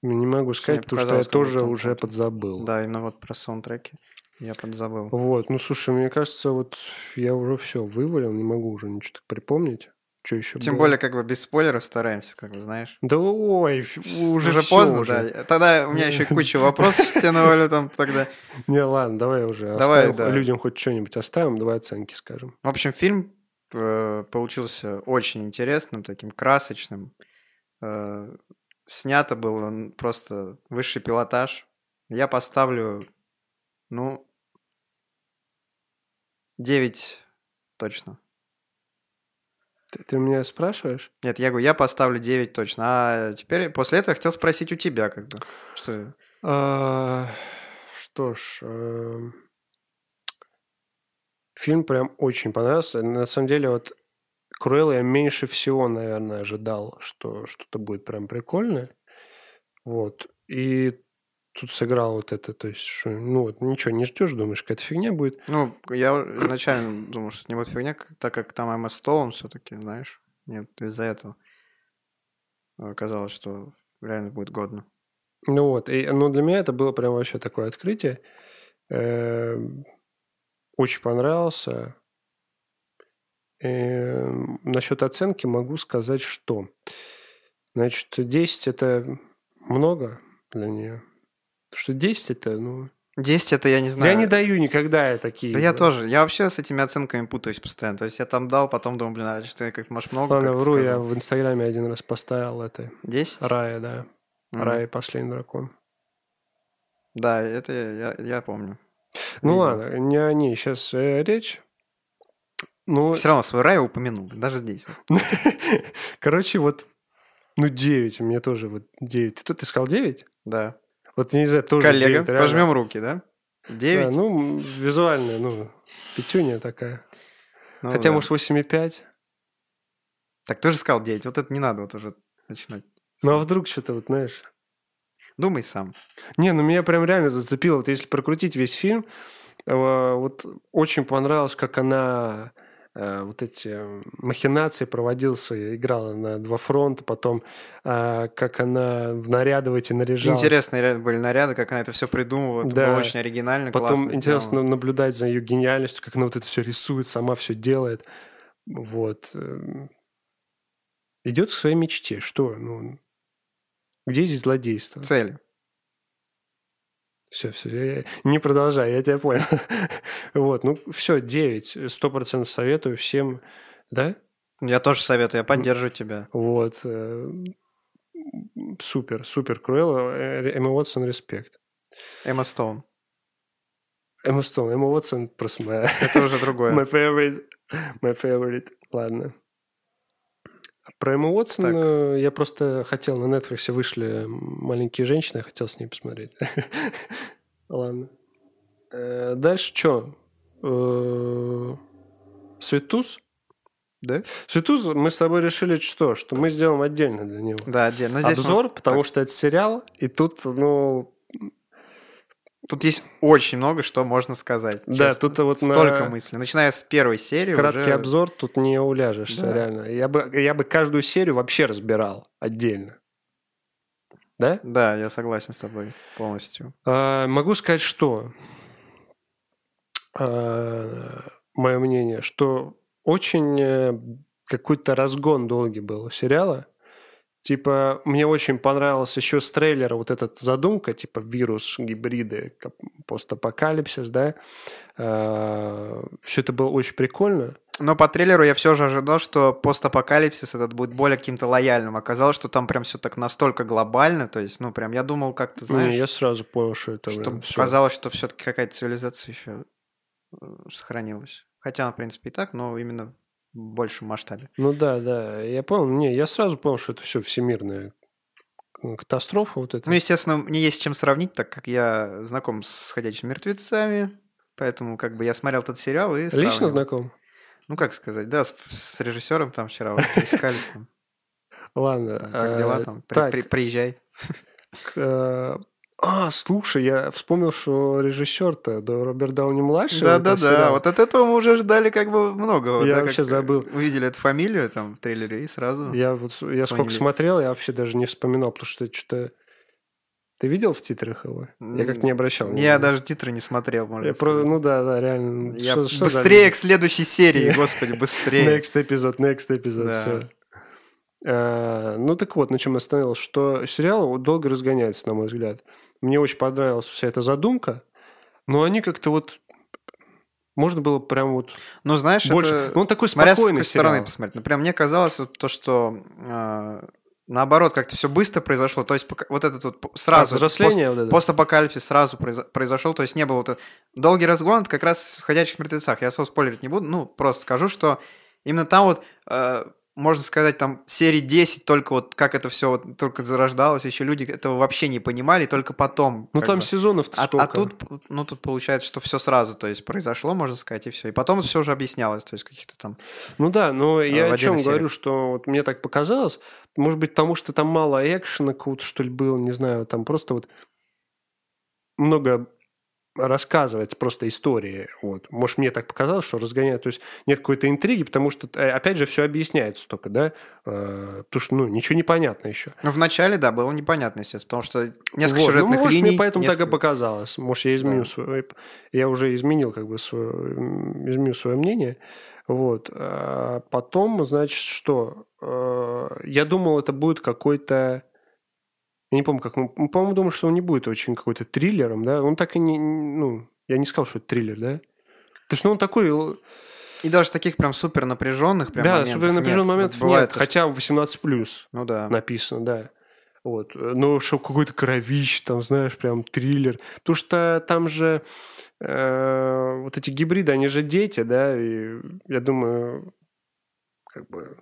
A: Ну, Не могу сказать, потому что я
B: показалось, как
A: тоже
B: будто он
A: уже
B: какой-то.
A: подзабыл.
B: Да, именно вот про саундтреки я подзабыл.
A: Вот, ну слушай, мне кажется, вот я уже все вывалил, не могу уже ничего так припомнить. Что еще
B: Тем более, как бы без спойлеров стараемся, как бы, знаешь.
A: Да ой, уже,
B: уже
A: всё
B: поздно,
A: уже.
B: да. Тогда у меня еще куча вопросов все навалю там тогда.
A: Не, ладно, давай уже
B: Давай,
A: оставим,
B: да.
A: людям хоть что-нибудь оставим, давай оценки скажем.
B: В общем, фильм э, получился очень интересным, таким красочным. Э, снято было н- просто высший пилотаж. Я поставлю, ну, 9 точно.
A: Ты, ты меня спрашиваешь?
B: Нет, я говорю, я поставлю 9 точно. А теперь после этого я хотел спросить у тебя, как бы. Что,
A: А, что ж, эм, фильм прям очень понравился. На самом деле, вот Круэлла я меньше всего, наверное, ожидал, что что-то будет прям прикольное. Вот. И тут сыграл вот это, то есть, что, ну, вот ничего не ждешь, думаешь, какая-то фигня будет.
B: Ну, я изначально думал, что это не будет фигня, к- так как там Эмма Стоун все-таки, знаешь. Нет, из-за этого. э, Казалось, что реально будет годно.
A: Ну вот, и, ну для меня это было прям вообще такое открытие. Э, Очень понравился. Э, Насчет оценки могу сказать, что... Значит, 10 это много для нее. Потому что 10 это, ну...
B: 10 это я не знаю.
A: Я не даю никогда я такие.
B: Да я тоже. Я вообще с этими оценками путаюсь постоянно. То есть я там дал, потом думаю, блин, а что я как-то, может, много
A: Ладно,
B: как-то
A: вру, я
B: сказал.
A: в Инстаграме один раз поставил это.
B: 10?
A: Рая, да.
B: Мгм.
A: Рая и последний дракон.
B: Да, это я, я- я помню.
A: Ну ладно, не о ней сейчас э, речь. Ну,
B: Все равно свой рай упомянул, даже здесь. вот.
A: короче, вот, ну 9, мне тоже вот 9. Ты, тут- ты сказал 9?
B: Да.
A: Вот не знаю, тоже
B: Коллега,
A: 9, реально.
B: пожмем руки, да? 9.
A: Да, ну, м, визуально, ну, пятюня такая.
B: Ну
A: Хотя,
B: да.
A: может, 8,5.
B: Так ты же сказал 9, вот это не надо вот уже начинать.
A: Ну, а вдруг что-то, вот, знаешь...
B: Думай сам.
A: Не, ну меня прям реально зацепило. Вот если прокрутить весь фильм, э, вот очень понравилось, как она э, вот эти э, махинации проводила свои, играла на два фронта, потом э, как она в нарядов эти наряжалась.
B: Интересные реально были наряды, как она это все придумывала. Это
A: Да.
B: было очень оригинально,
A: Потом
B: классно
A: интересно
B: сделано.
A: наблюдать за ее гениальностью, как она вот это все рисует, сама все делает. Вот. Эм, Идет к своей мечте. Что? Ну, где здесь злодейство?
B: Цель.
A: Все, все, не продолжай, я тебя понял. Вот, ну все, 9, сто процентов советую всем, да?
B: Я тоже советую, я поддерживаю тебя.
A: Вот, э, супер, супер, Круэлла, э, Эмма Уотсон, респект.
B: Эмма Стоун.
A: Эмма Стоун, Эмма Уотсон, просто моя,
B: Это уже другое.
A: my favorite, my favorite, ладно. Про Эмму Уотсон
B: Так.
A: э, я просто хотел, на Netflix вышли «Маленькие женщины», я хотел с ней посмотреть. Ладно. Э, Дальше Э, что? Светус?
B: Да?
A: Светус мы с тобой решили что? Что мы сделаем отдельно для него.
B: Да, отдельно. Но здесь мы-
A: А Обзор, потому что это сериал, и тут, ну,
B: Тут есть очень много, что можно сказать.
A: Да,
B: честно.
A: тут вот на-
B: Столько мыслей. Начиная с первой серии
A: краткий
B: уже-
A: обзор, тут не уляжешься,
B: Да.
A: реально. Я бы, я бы каждую серию вообще разбирал отдельно. Да?
B: Да, я согласен с тобой полностью.
A: А, Могу сказать, что мое мнение, что очень э, какой-то разгон долгий был у сериала. Типа, мне очень понравилась еще с трейлера вот эта задумка, типа вирус, гибриды, кап- постапокалипсис, да. Все это было очень прикольно.
B: Но по трейлеру я все же ожидал, что постапокалипсис этот будет более каким-то лояльным. Оказалось, что там прям все так настолько глобально. То есть, ну, прям я думал, как ты знаешь,
A: Не, я сразу понял, что это...
B: что
A: прям всё.
B: казалось, что все-таки какая-то цивилизация еще сохранилась. Хотя, она, в принципе, и так, но именно в большем масштабе.
A: Ну да, да, я понял. Не, я сразу понял, что это все всемирная э, катастрофа вот эта.
B: Ну, естественно, мне есть с чем сравнить, так как я знаком с «Ходячими мертвецами», поэтому как бы я смотрел этот сериал и
A: Лично
B: сравнивал.
A: знаком?
B: Ну, как сказать, да, с, с режиссером там вчера вот пересекались, там,
A: Ладно.
B: там, как дела там, при-
A: А, так.
B: при- приезжай.
A: э, э, А, слушай, я вспомнил, что режиссер-то да, Роберт Дауни младший.
B: Да-да-да, вот от этого мы уже ждали как бы многого.
A: Я
B: да, как
A: вообще забыл.
B: Увидели эту фамилию там в трейлере и сразу.
A: Я вот я сколько
B: Поняли.
A: смотрел, я вообще даже не вспоминал, потому что что-то. Ты видел в титрах его? Я как-то не обращал.
B: Я
A: внимания.
B: даже титры не смотрел, можно
A: Я про-
B: сказать.
A: ну да, да, реально.
B: Я
A: Что- что
B: быстрее
A: дальше?
B: к следующей серии,
A: Я-
B: господи, быстрее.
A: Next эпизод, next эпизод,
B: Да.
A: все. ну так вот, на чем я остановился, что сериал вот долго разгоняется, на мой взгляд. Мне очень понравилась вся эта задумка, но они как-то вот можно было прям вот
B: Ну, знаешь,
A: больше.
B: это-
A: Ну, он такой
B: смотря с
A: спокойный
B: какой стороны
A: сериал.
B: посмотреть. Ну, прям мне казалось вот то, что э, наоборот, как-то все быстро произошло. То есть пока- вот этот вот п- сразу... этот
A: взросление вот
B: пост-
A: это.
B: Постапокалипсис сразу произо- произошел, то есть не было вот... э- Долгий разгон, это как раз в «Ходячих мертвецах». Я особо спойлерить не буду, ну, просто скажу, что именно там вот, э, можно сказать, там серии 10 только вот как это все вот только зарождалось, еще люди этого вообще не понимали, только потом.
A: Ну
B: как
A: там
B: бы.
A: сезонов
B: А,
A: сколько?
B: а тут, п- ну, тут получается, что все сразу, то есть произошло, можно сказать, и все. И потом все уже объяснялось, то есть каких-то там...
A: Ну да, но я
B: А, в
A: о чем
B: отдельных
A: говорю, что вот мне так показалось. Может быть, потому что там мало экшена какого-то, что ли, было, не знаю. Там просто вот много рассказывается просто истории. Вот. Может, мне так показалось, что разгоняют. То есть нет какой-то интриги, потому что, э, опять же, все объясняется только, да? Потому что, ну, ничего не понятно еще.
B: Ну, вначале, да, было непонятно, естественно, потому что несколько
A: Вот.
B: сюжетных
A: ну, может,
B: линий.
A: мне поэтому так
B: несколько-
A: и показалось. Может, я изменю
B: Да.
A: свое... Я уже изменил как бы свое... м, изменю свое мнение. Вот. А Потом, значит, что? Э, Я думал, это будет какой-то... Я не помню, как... мы- мы, по-моему, думал, что он не будет очень какой-то триллером, да? Он так и не... Ну, я не сказал, что это триллер, да? То есть, ну, он такой... л-
B: И даже таких прям супер напряженных прям
A: да,
B: моментов
A: супер напряженный
B: нет. Вот
A: момент нет,
B: бывает, то, что-
A: хотя 18+.
B: Ну да.
A: написано, да. Вот. Но что какой-то кровищ, там, знаешь, прям триллер. Потому что там же э, вот эти гибриды, они же дети, да, и я думаю, как бы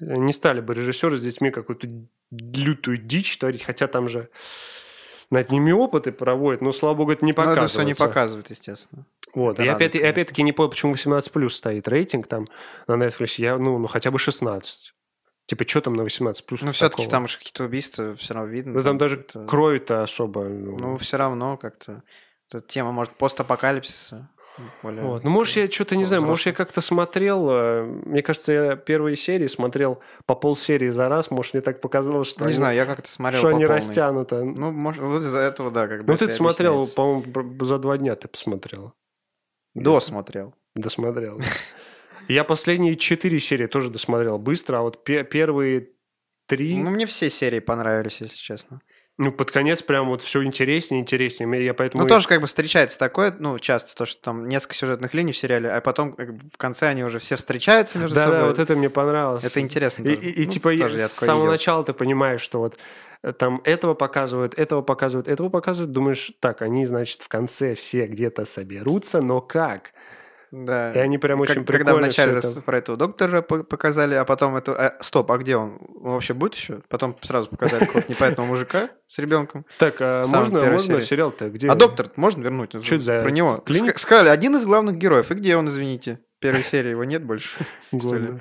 A: э, не стали бы режиссеры с детьми какую-то лютую дичь творить, хотя там же над ними опыты проводят, но, слава богу, это не
B: Но Ну, это
A: показывается.
B: все не показывают, естественно.
A: Вот.
B: Это
A: И
B: радует,
A: опять, и
B: конечно.
A: опять-таки не понял, почему 18 плюс стоит рейтинг там на Netflix. Я, ну, ну хотя бы 16. Типа, что там на 18 плюс?
B: Но все-таки Ну, там же какие-то убийства все равно видно.
A: Ну, там даже
B: как-то-
A: крови-то особо. Ну,
B: Ну, все равно как-то. Вот Эта тема, может, постапокалипсиса. более
A: вот. ну может, я что-то не знаю, может, я
B: взрослый.
A: как-то смотрел. э, Мне кажется, я первые серии смотрел по полсерии за раз. Может, мне так показалось, что
B: Ну, Не
A: они,
B: знаю, я как-то смотрел
A: что
B: по
A: они
B: полной.
A: растянуты. Ну,
B: Ну, может, вот из-за этого, да, как бы
A: ты
B: это и
A: смотрел,
B: объясняется.
A: по-моему, бр- за два дня ты посмотрел.
B: Досмотрел.
A: Досмотрел. Я последние четыре серии тоже досмотрел быстро, а вот пе- первые три...
B: Ну, мне все серии понравились, если честно.
A: Ну, под конец прям вот все интереснее, интереснее. Мне- Я поэтому...
B: Ну,
A: и-
B: тоже как бы встречается такое, ну, часто, то, что там несколько сюжетных линий в сериале, а потом как бы, в конце они уже все встречаются между
A: Да,
B: собой.
A: да, вот это мне понравилось.
B: Это интересно.
A: И,
B: тоже.
A: и- и,
B: Ну,
A: типа и
B: тоже я
A: с
B: такое
A: самого
B: видел.
A: начала ты понимаешь, что вот э, там этого показывают, этого показывают, этого показывают, думаешь, так, они, значит, в конце все где-то соберутся, но как?
B: Да.
A: И они прям
B: Э, Как-
A: очень
B: когда
A: прикольно
B: вначале
A: всё
B: рас-
A: это-
B: про этого доктора по- показали, а потом эту... а, стоп, а где он? Он вообще будет еще? Потом сразу показали какого-то непонятного мужика с ребенком.
A: Так, а
B: в самой
A: можно,
B: первой
A: можно
B: серии.
A: сериал-то где?
B: А доктор можно вернуть?
A: Чё это за
B: Про него.
A: клиника?
B: Ска- Сказали, один из главных героев. И где он, извините? В Первой серии его нет больше. что ли?
A: Ладно.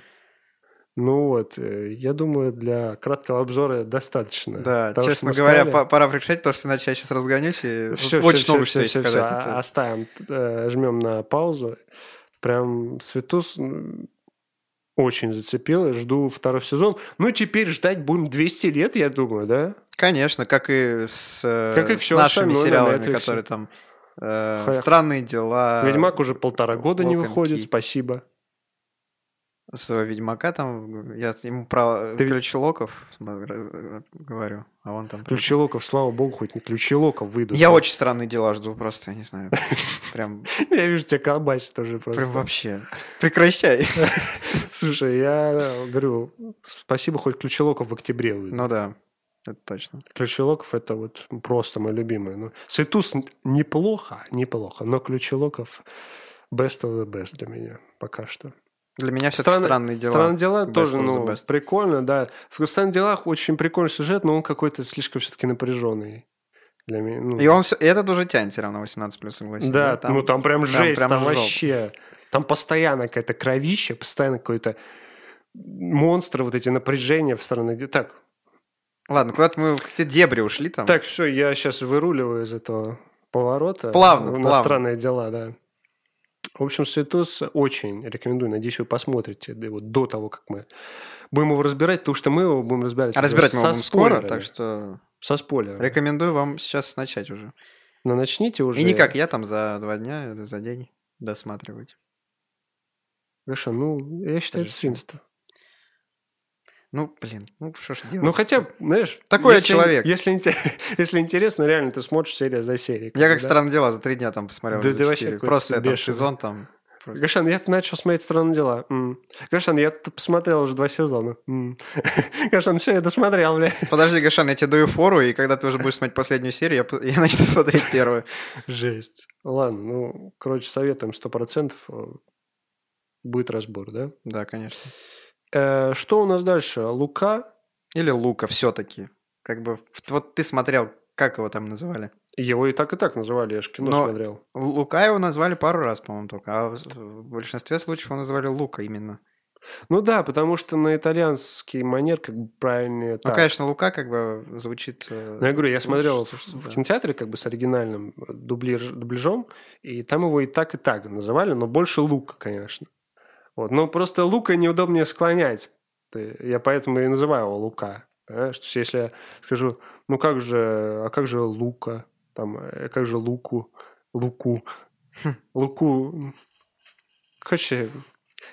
A: Ну вот, э, я думаю, для краткого обзора достаточно.
B: Да,
A: Того, Э, что
B: честно
A: мы
B: говоря,
A: сказали.
B: по- пора прекращать, потому что иначе я сейчас разгонюсь и
A: Всё,
B: очень
A: всё, всё,
B: много что есть
A: всё, всё,
B: сказать.
A: а-
B: Это-
A: Оставим, жмем на паузу. Прям Светус м, очень зацепил. Жду второй сезон. Ну, теперь ждать будем 200 лет, я думаю, да?
B: Конечно, как и с, э,
A: Как и
B: с
A: всё
B: нашими
A: остальное на
B: сериалами,
A: Netflix.
B: которые там э,
A: Ха-
B: странные дела.
A: Ведьмак уже полтора года не
B: Lock and
A: выходит.
B: Key.
A: Спасибо.
B: своего Ведьмака там, я с- ему про
A: Ты-
B: Ключелоков см- говорю, а он там... прям-
A: Ключелоков, слава богу, хоть не ключелоков выйдут.
B: Я очень странные дела жду просто, я не знаю. Прям,
A: Я вижу, тебя колбасит тоже
B: прям
A: просто.
B: вообще. Прекращай.
A: Слушай, я э, говорю, спасибо, хоть ключелоков в октябре выйдут.
B: Ну да, это точно.
A: Ключелоков это вот просто мой любимый. Ну, Светус н- неплохо, неплохо, но Ключелоков best of the best для меня пока что.
B: Для меня все-таки
A: Стран-
B: странные дела.
A: Странные дела
B: Best
A: тоже,
B: of the
A: ну,
B: best.
A: прикольно, да. В странных делах очень прикольный сюжет, но он какой-то слишком все-таки напряженный для меня. ну.
B: И он все, этот уже тянет все равно 18 плюс, согласен.
A: да, ну там прям жесть,
B: прям
A: там
B: жопа.
A: вообще. Там постоянно какая-то кровища, постоянно какой-то монстры, вот эти напряжения в странных делах. Так,
B: Ладно, куда-то мы в какие-то дебри ушли там.
A: Так, все, я сейчас выруливаю из этого поворота.
B: Плавно,
A: На
B: плавно.
A: странные дела, да. В общем, Светос очень рекомендую. Надеюсь, вы посмотрите да, его до того, как мы будем его разбирать, потому что мы его будем разбирать.
B: А разбирать мы
A: со
B: будем скоро,
A: спойлерами.
B: так что
A: Со спойлерами.
B: рекомендую вам сейчас начать уже.
A: Но начните уже.
B: И не как я там за два дня или за день досматривать.
A: Хорошо, ну, я считаю, это
B: Подожди.
A: свинство.
B: Ну, блин, ну что ж делать.
A: Ну, хотя, знаешь...
B: Такой я
A: если-
B: человек.
A: Если, инте- если интересно, реально, ты смотришь серия за серией.
B: Я как
A: бы, да?
B: странные дела за три дня там посмотрел.
A: Да
B: или за
A: ты вообще
B: четыре.
A: какой-то
B: Просто я там
A: бешеный.
B: сезон там. просто-
A: Гошан, я начал смотреть «Странные дела». М. Гошан, я тут посмотрел уже два сезона. М. Гошан, все, я досмотрел, бля.
B: Подожди, Гошан, я тебе даю фору, и когда ты уже будешь смотреть последнюю серию, я, п- я начну смотреть первую.
A: Жесть. Ладно, ну, короче, советуем 100%. э, Будет разбор, да?
B: Да, конечно.
A: Э, что у нас дальше? Лука,
B: Или Лука все-таки. Как бы, в- вот ты смотрел, как его там называли?
A: его и так и так называли, я ж кино
B: Но-
A: смотрел.
B: Лука его назвали пару раз, по-моему, только. А в в большинстве случаев его называли Лука именно.
A: Ну да, потому что на итальянский манер как бы правильнее
B: Ну,
A: так.
B: конечно, Лука как бы звучит... э,
A: Но Ну, я говорю, я
B: лучше,
A: смотрел в,
B: потому что,
A: в
B: да.
A: кинотеатре как бы с оригинальным дублир- дубляжом, и там его и так, и так называли, но больше Лука, конечно. Вот. Но просто Лука неудобнее склонять. Ты- Я поэтому и называю его Лука. понимаешь? То есть, если я скажу, ну как же, а как же Лука, там, э, как же Луку, Луку, Луку. Короче,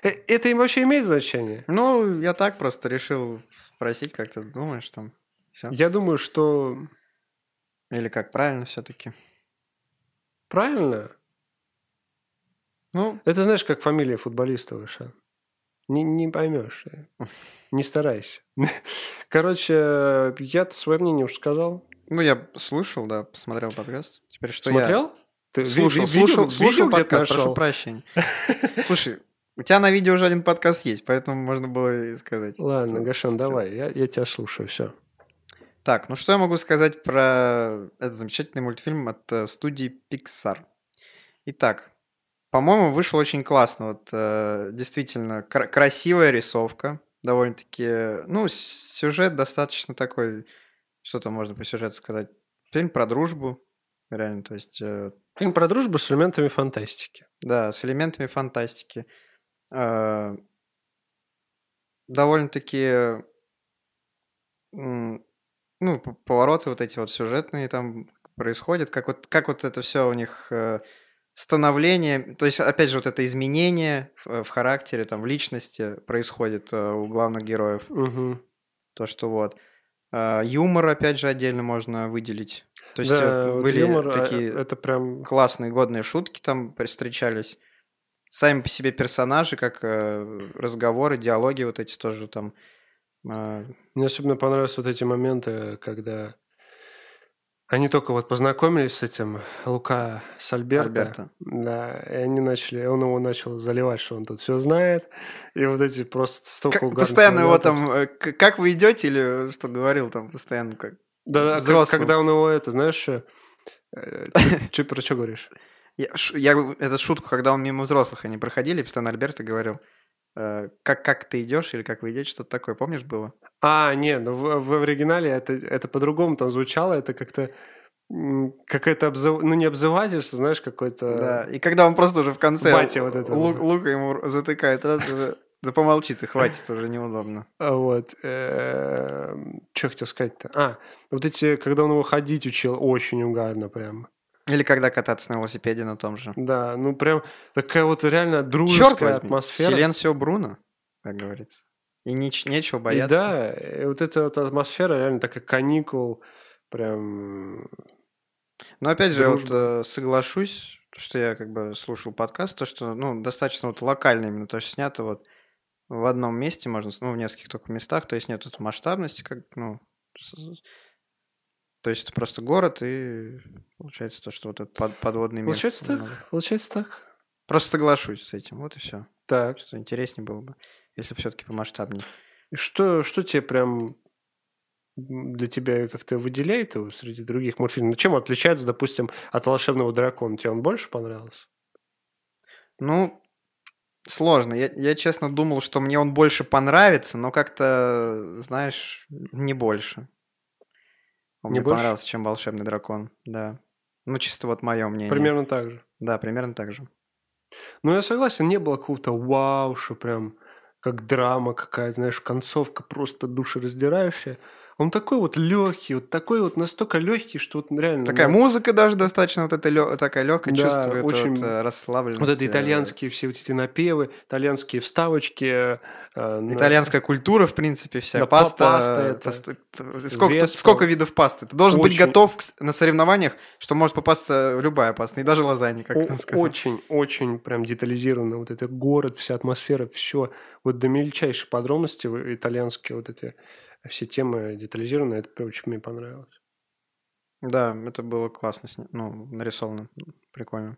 A: э, это им вообще имеет значение?
B: Ну, я так просто решил спросить, как ты думаешь там. Всё?
A: Я думаю, что
B: Или как правильно все-таки.
A: правильно.
B: Ну,
A: Это знаешь, как фамилия футболиста выше. Не, не поймешь. Не старайся. Короче, я свое мнение уже сказал.
B: ну, я слушал, да, посмотрел подкаст. Теперь что я...
A: Смотрел? Ты ви-
B: Слушал,
A: ви-
B: слушал,
A: видел-
B: слушал
A: видел, где ты
B: подкаст, прошу
A: нашел?
B: прощения. Слушай, у тебя на видео уже один подкаст есть, поэтому можно было и сказать.
A: Ладно,
B: что
A: Гашан,
B: смотрел.
A: давай, я, я тебя слушаю, все.
B: Так, ну что я могу сказать про этот замечательный мультфильм от э, студии Pixar? Итак, по-моему, вышел очень классно. Вот э, действительно кра- красивая рисовка, довольно-таки. Ну, с- сюжет достаточно такой. Что там можно по сюжету сказать? Фильм про дружбу, реально. То есть э,
A: Фильм про дружбу с элементами фантастики.
B: да, с элементами фантастики. Э, Довольно-таки м, ну, п- повороты вот эти вот сюжетные там происходят, как вот, как вот это все у них э, становление, то есть, опять же, вот это изменение в, э, в характере, там, в личности происходит э, у главных героев.
A: Мгм.
B: То, что вот. э, Юмор, опять же, отдельно можно выделить. То есть,
A: Да,
B: э,
A: вот
B: были
A: юмор, а,
B: такие
A: Это прям...
B: классные годные шутки там встречались. Сами по себе персонажи, как э, разговоры, диалоги вот эти тоже там. э,
A: Мне особенно понравились вот эти моменты, когда они только вот познакомились с этим э, Лука с Альберто.
B: Альберто.
A: Да, и они начали, он его начал заливать, что он тут все знает. И вот эти просто столько
B: как-
A: угарных
B: постоянно его
A: моментов.
B: там, э, к- как вы идете или что говорил там постоянно как.
A: Да, да, как-
B: взрослым.
A: когда он его это, знаешь, э, чё- чё- про что говоришь?
B: Я, ш- я эту шутку, когда он мимо взрослых они проходили, и постоянно Альберто говорил, э, как как ты идешь или как вы идете, что-то такое, помнишь было?
A: А, нет, в, в оригинале это, это по-другому там звучало, это как-то м, какое-то обзыв... ну не обзывательство, знаешь, какое-то...
B: Да. И когда он просто уже в конце
A: Батя вот это
B: Лу-
A: вот.
B: Лука ему затыкает, раз уже, да помолчи ты, хватит уже неудобно.
A: А Вот. Что хотел сказать-то? А, вот эти, когда он его ходить учил, очень угарно прям.
B: Или когда кататься на велосипеде на том же.
A: Да, ну прям такая вот реально
B: Черт
A: дружеская
B: возьми,
A: атмосфера.
B: Силенсио Бруно, как говорится. И неч- нечего
A: И
B: бояться.
A: да, и вот эта вот атмосфера реально такая каникул, прям...
B: Но опять же, вот,
A: дружба.
B: э, соглашусь, что я как бы слушал подкаст, то что, ну, достаточно вот локально именно, то есть снято вот в одном месте, можно, с- ну, в нескольких только местах, то есть нет тут масштабности, как, ну, с- то есть это просто город и получается то, что вот этот под- подводный мир.
A: Получается
B: немного.
A: так? Получается так?
B: Просто соглашусь с этим, вот и все.
A: Так.
B: Что интереснее было бы, если все-таки помасштабнее.
A: И Что, что тебе прям м, для тебя как-то выделяет его среди других мультфильмов? Ну, чем он отличается, допустим, от «Волшебного дракона»? Тебе он больше понравился?
B: Ну, сложно. Я, я, честно думал, что мне он больше понравится, но как-то, знаешь, не больше. Он
A: Не
B: мне
A: больше?
B: понравился, чем волшебный дракон, да. Ну, чисто вот мое мнение.
A: Примерно так же.
B: Да, примерно так же.
A: Ну, я согласен, не было какого-то вау, что прям как драма какая-то, знаешь, концовка просто душераздирающая. Он такой вот легкий, вот такой вот настолько легкий, что вот реально...
B: Такая
A: ну,
B: музыка даже достаточно вот эта лё- такая легкая,
A: Да,
B: чувствует
A: очень-
B: вот, э, расслабленность.
A: Вот это
B: э,
A: итальянские все вот эти напевы, итальянские вставочки. э, на-
B: Итальянская культура, в принципе, вся.
A: Да, па-
B: паста.
A: паста
B: э,
A: это,
B: паст- т- Сколько, тут-
A: веспа.
B: сколько видов пасты? Ты должен быть
A: Очень.
B: готов к с- на соревнованиях, что может попасться любая паста, и даже лазанья, как
A: о-
B: там сказано.
A: Очень, очень прям детализированно вот это город, вся атмосфера, все вот до мельчайшей подробности вы- итальянские вот эти все темы детализированы, это прям очень мне понравилось.
B: Да, это было классно, сня- ну, нарисовано, прикольно.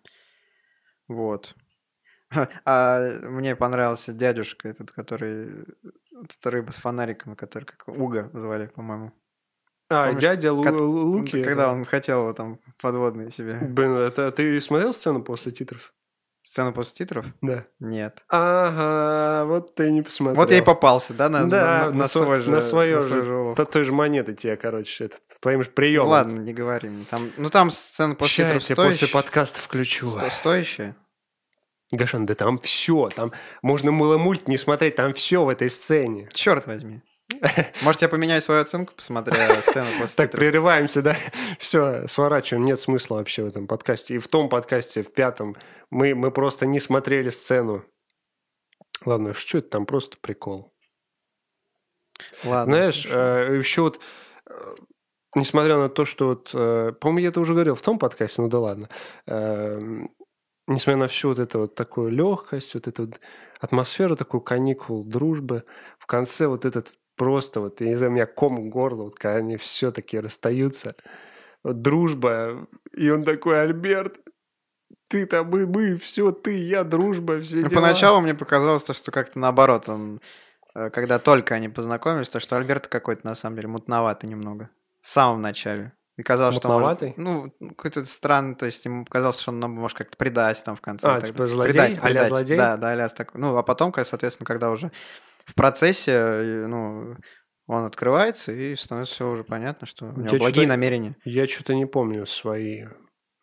B: Вот. А мне понравился дядюшка этот, который... вот эта рыба с фонариком, который как Уга звали, по-моему. Ну,
A: А,
B: Помнишь,
A: дядя Лу-
B: кот-
A: Луки.
B: Когда он э, хотел его там подводный себе.
A: Блин, это ты смотрел сцену после титров?
B: Сцену после титров?
A: Да.
B: Нет.
A: Ага, вот ты не посмотрел.
B: Вот я и попался, да, на,
A: Да,
B: на- на- на
A: на
B: свой
A: сво-
B: же...
A: на свое же.
B: свой улов.
A: Та- той же монеты тебе, короче, этот, твоим же приемом.
B: Ладно, не говорим. Там, ну, там сцена после
A: Ща я
B: титров
A: тебе
B: стоящая.
A: после подкаста включу.
B: сто- стоящая.
A: Гашан, да там все, там можно было мульт не смотреть, там все в этой сцене.
B: Черт возьми. Может, я поменяю свою оценку, посмотря сцену после
A: Так,
B: титров?
A: прерываемся, да? Все, сворачиваем. Нет смысла вообще в этом подкасте. И в том подкасте, в пятом, мы, мы просто не смотрели сцену. Ладно, что это там просто прикол.
B: Ладно.
A: Знаешь, еще вот, э, несмотря на то, что вот, э, по-моему, я это уже говорил в том подкасте, ну да ладно, Э, несмотря на всю вот эту вот такую легкость, вот эту вот атмосферу такую каникул, дружбы, в конце вот этот просто вот, я не знаю, у меня ком горло, вот когда они все-таки расстаются, вот дружба, и он такой, Альберт, ты там, мы, мы, все, ты, я, дружба, все
B: Ну,
A: дела».
B: поначалу мне показалось то, что как-то наоборот, он, э, когда только они познакомились, то, что Альберт какой-то, на самом деле, мутноватый немного. В самом начале. И казалось, что он может-
A: Мутноватый?
B: ну, ну, какой-то странный, то есть ему казалось, что он нам может как-то предать там в конце.
A: А,
B: и так
A: типа
B: далее.
A: злодей?
B: Предать,
A: А-ля
B: предать.
A: злодей?
B: Да, да, аля такой. Ну, а потом, конечно, соответственно, когда уже в процессе, э, ну, он открывается, и становится все уже понятно, что у него
A: Я
B: благие
A: читаю-
B: намерения.
A: Я что-то не помню свои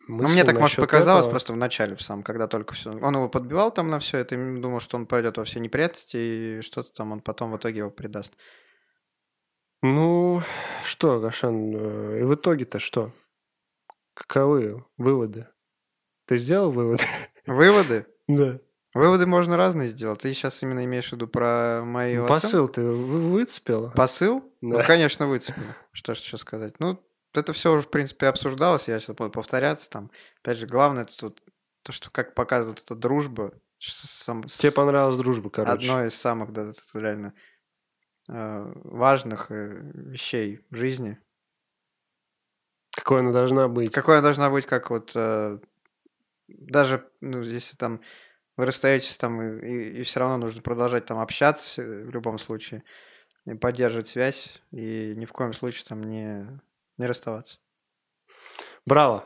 B: Ну, мне так, может, показалось просто в начале, в самом, когда только все. Он его подбивал там на все это, и думал, что он пойдет во все неприятности, и что-то там он потом в итоге его предаст.
A: Ну, что, Гашан, э, и в итоге-то что? Каковы выводы? Ты сделал выводы?
B: Выводы?
A: Да.
B: Выводы можно разные сделать. Ты сейчас именно имеешь в виду про мои оценки?
A: Посыл ты вы- выцепил?
B: Посыл?
A: Да.
B: Ну, конечно, выцепил. Что ж еще сказать? Ну, это все уже, в принципе, обсуждалось, я сейчас буду повторяться там. Опять же, главное, это вот то, что как показывает эта дружба. что сам-
A: Тебе понравилась дружба, короче.
B: одно из самых, да, тут реально э, важных э, вещей в жизни.
A: Какой она должна быть?
B: Какой она должна быть, как вот э, даже, ну, если там вы расстаетесь там, и, все равно нужно продолжать там общаться всё- в любом случае, и поддерживать связь, и ни в коем случае там не, не расставаться.
A: Браво.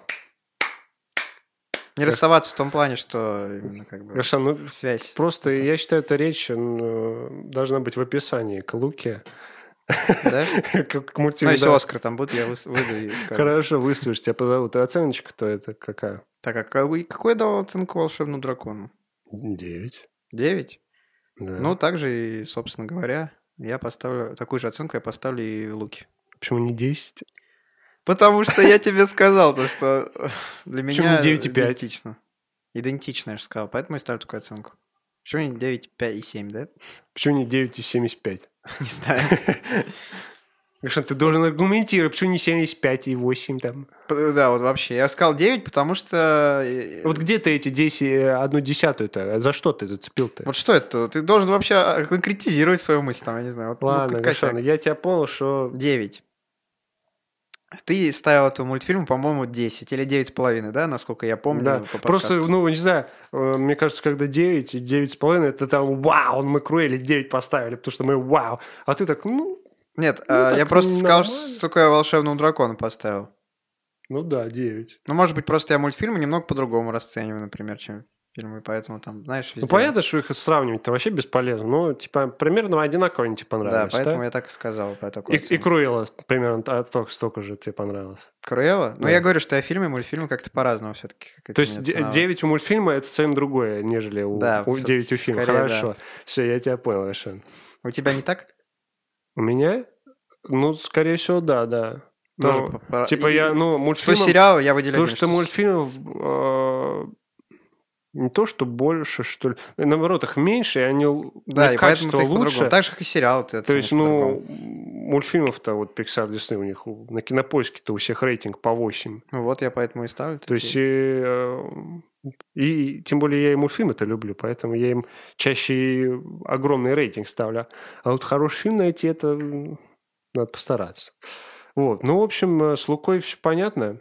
B: Не
A: Хорошо.
B: расставаться в том плане, что именно как бы
A: Гашан, ну
B: связь.
A: просто я считаю, эта речь ну, должна быть в описании к Луке.
B: Да?
A: Как к
B: Ну,
A: мультфильму.
B: если
A: да.
B: Оскар там будет, я выс- выйду и скажу.
A: Хорошо, выслушай, тебя позовут. И оценочка-то это какая?
B: Так, а какой какой я дал оценку волшебному дракону?
A: Девять.
B: Девять?
A: Да.
B: Ну, также и, собственно говоря, я поставлю такую же оценку, я поставлю и Луки.
A: Почему не 10?
B: Потому что я тебе сказал то, что для
A: Почему
B: меня
A: не 9 и 5?
B: идентично. Идентично, я же сказал, поэтому я ставлю такую оценку. Почему не 9, 5 и 7, да?
A: Почему не 9,75?
B: Не знаю.
A: Гошан, ты должен аргументировать, почему не 75 и 8 там?
B: П- Да, вот вообще. Я сказал 9, потому что... э,
A: Вот где ты эти 10, э, одну десятую-то? За что ты зацепил-то?
B: Вот что это? Ты должен вообще а, конкретизировать свою мысль, там, я не знаю. Вот, ну,
A: Ладно,
B: как-
A: Гошан, я тебя понял, что...
B: 9. Ты ставил этому мультфильму, по-моему, 10 или 9,5, да, насколько я помню.
A: да,
B: по
A: просто,
B: подкасту.
A: ну, не знаю, э, мне кажется, когда 9 и 9,5, это там, вау, мы Круэли 9 поставили, потому что мы вау. А ты так, ну,
B: Нет,
A: Ну,
B: а, я
A: так
B: просто сказал, что
A: нормально.
B: столько я волшебного дракона поставил.
A: ну да, 9.
B: Ну, может быть, просто я мультфильмы немного по-другому расцениваю, например, чем фильмы, поэтому там, знаешь,
A: Ну,
B: везде-
A: понятно, что их сравнивать-то вообще бесполезно, но, типа, примерно одинаково они тебе
B: Да,
A: понравились,
B: поэтому я так и сказал по такой
A: И, и Круэлла примерно та- столько, столько же тебе понравилось.
B: Круэлла? Ну,
A: Да.
B: я говорю, что я фильмы и мультфильмы как-то по-разному все-таки.
A: То есть де- 9 у мультфильма это совсем другое, нежели у,
B: Да,
A: у
B: всё-таки
A: 9 у фильма.
B: скорее,
A: Хорошо. Все, я тебя понял, Ашан.
B: У тебя не так?
A: У меня? Ну, скорее всего, да, да.
B: Тоже
A: Ну,
B: по- по-
A: типа
B: и-
A: я, ну,
B: Что
A: мультфильм...
B: сериал, я выделяю...
A: Потому что мультфильмов э, не то, что больше, что ли. Наоборот, их меньше, и они л-
B: Да,
A: и
B: и поэтому
A: ну, качество
B: ты их
A: лучше.
B: по-другому. Так же, как и сериал ты
A: То есть,
B: оценишь по-другому.
A: ну, мультфильмов-то вот Pixar, Disney у них, у- на кинопоиске-то у всех рейтинг по 8.
B: Ну, вот я поэтому и ставлю.
A: То
B: такие.
A: есть, и, э, и, и тем более я и мультфильмы-то люблю, поэтому я им чаще и огромный рейтинг ставлю. А вот хороший фильм найти, это м, надо постараться. Вот. Ну, в общем, э, с Лукой все понятно.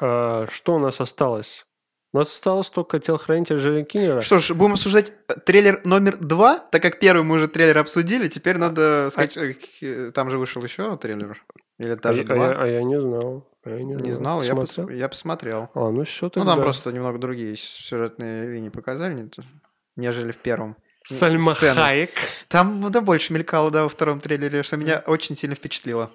A: А, что у нас осталось? У нас осталось только телохранитель Джерри Киннера.
B: Что ж, будем обсуждать э, трейлер номер два,
A: А,
B: так как первый мы уже трейлер обсудили, теперь надо сказать, э, к- э, там же вышел еще трейлер Или
A: А,
B: даже
A: я- а
B: два.
A: я, а я не знал. а я
B: не знал, я, пос-
A: Смотрел?
B: я посмотрел.
A: А, ну все
B: Ну, там просто немного другие сюжетные линии показали, не то- нежели в первом.
A: Сальма
B: сцена.
A: Хайек.
B: Там, да, больше мелькало, да, во втором трейлере, что меня очень сильно впечатлило.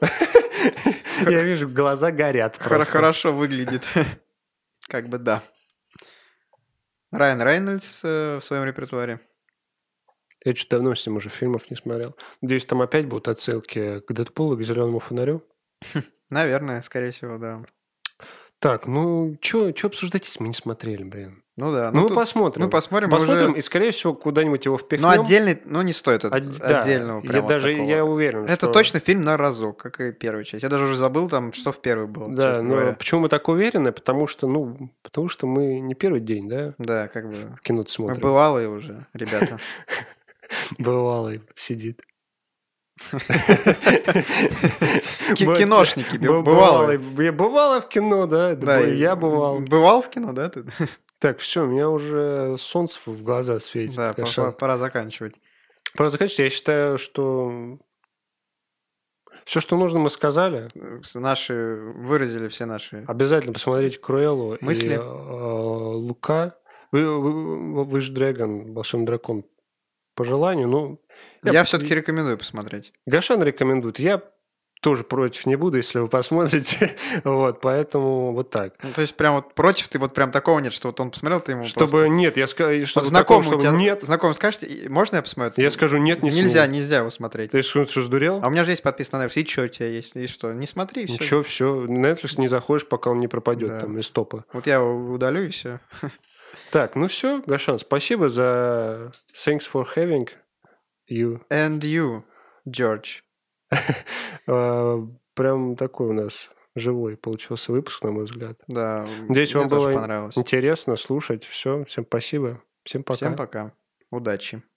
A: Я вижу, глаза горят.
B: Хор-
A: просто.
B: Хорошо выглядит. Как бы да. Райан Рейнольдс э, в своем репертуаре.
A: Я что-то давно с ним уже фильмов не смотрел. Надеюсь, там опять будут отсылки к Дэдпулу, к зеленому фонарю.
B: Наверное, скорее всего, да.
A: Так, ну, что обсуждать, если мы не смотрели, блин?
B: Ну да.
A: Ну, мы
B: тут-
A: посмотрим.
B: мы посмотрим, мы
A: Посмотрим,
B: уже-
A: и, скорее всего, куда-нибудь его впихнем.
B: Но отдельный, ну не стоит от-
A: От- да.
B: отдельного прям
A: Я
B: вот
A: даже,
B: такого.
A: я уверен,
B: Это
A: что-
B: точно фильм на разок, как и первая часть. Я даже уже забыл там, что в первой было,
A: Да, ну,
B: честно
A: но
B: говоря.
A: почему мы так уверены? Потому что, ну, потому что мы не первый день, да,
B: Да, как бы.
A: в кино
B: Мы
A: смотрим.
B: бывалые уже, ребята.
A: Бывалый сидит.
B: Ки- Киношники, бю-
A: Бывалый.
B: бывалые.
A: Я бывала в кино, да?
B: Да, и- м-м.
A: я бывал.
B: Бывал в кино, да? ты?
A: Так, все, у меня уже солнце в глаза светит.
B: Да,
A: Такая
B: пора-
A: шан-
B: пора заканчивать.
A: Пора заканчивать. Я считаю, что все, что нужно, мы сказали.
B: Наши выразили все наши
A: Обязательно посмотреть Круэллу
B: Мысли?
A: и э, Лука. Вы, вы, Wish Dragon, Волшебный дракон по желанию. Ну,
B: Я, все-таки рекомендую посмотреть.
A: Гашан рекомендует. Я тоже против не буду, если вы посмотрите. вот, поэтому вот так.
B: Ну, то есть прям вот против ты вот прям такого нет, что вот он посмотрел, ты ему
A: Чтобы
B: Ну, просто...
A: нет, я скажу,
B: Вот
A: чтобы такого,
B: знакомый
A: чтобы
B: у тебя-
A: нет.
B: знакомый скажет, «И- можно я посмотрю?
A: Я скажу нет, не
B: нельзя,
A: смогу.
B: нельзя его смотреть.
A: Ты что, что, сдурел?
B: А у меня же есть подписано на Netflix. И что у тебя есть? И что? Не смотри, все.
A: Ничего, все. Netflix не заходишь, пока он не пропадет
B: Да.
A: там из топа.
B: Вот я его удалю и все.
A: Так, ну все, Гашан, спасибо за thanks for having you.
B: And you, George.
A: А, прям такой у нас живой получился выпуск, на мой взгляд.
B: Да,
A: Надеюсь,
B: мне
A: вам
B: тоже
A: было
B: понравилось.
A: Интересно слушать. Все, всем спасибо. Всем пока.
B: Всем пока. Удачи.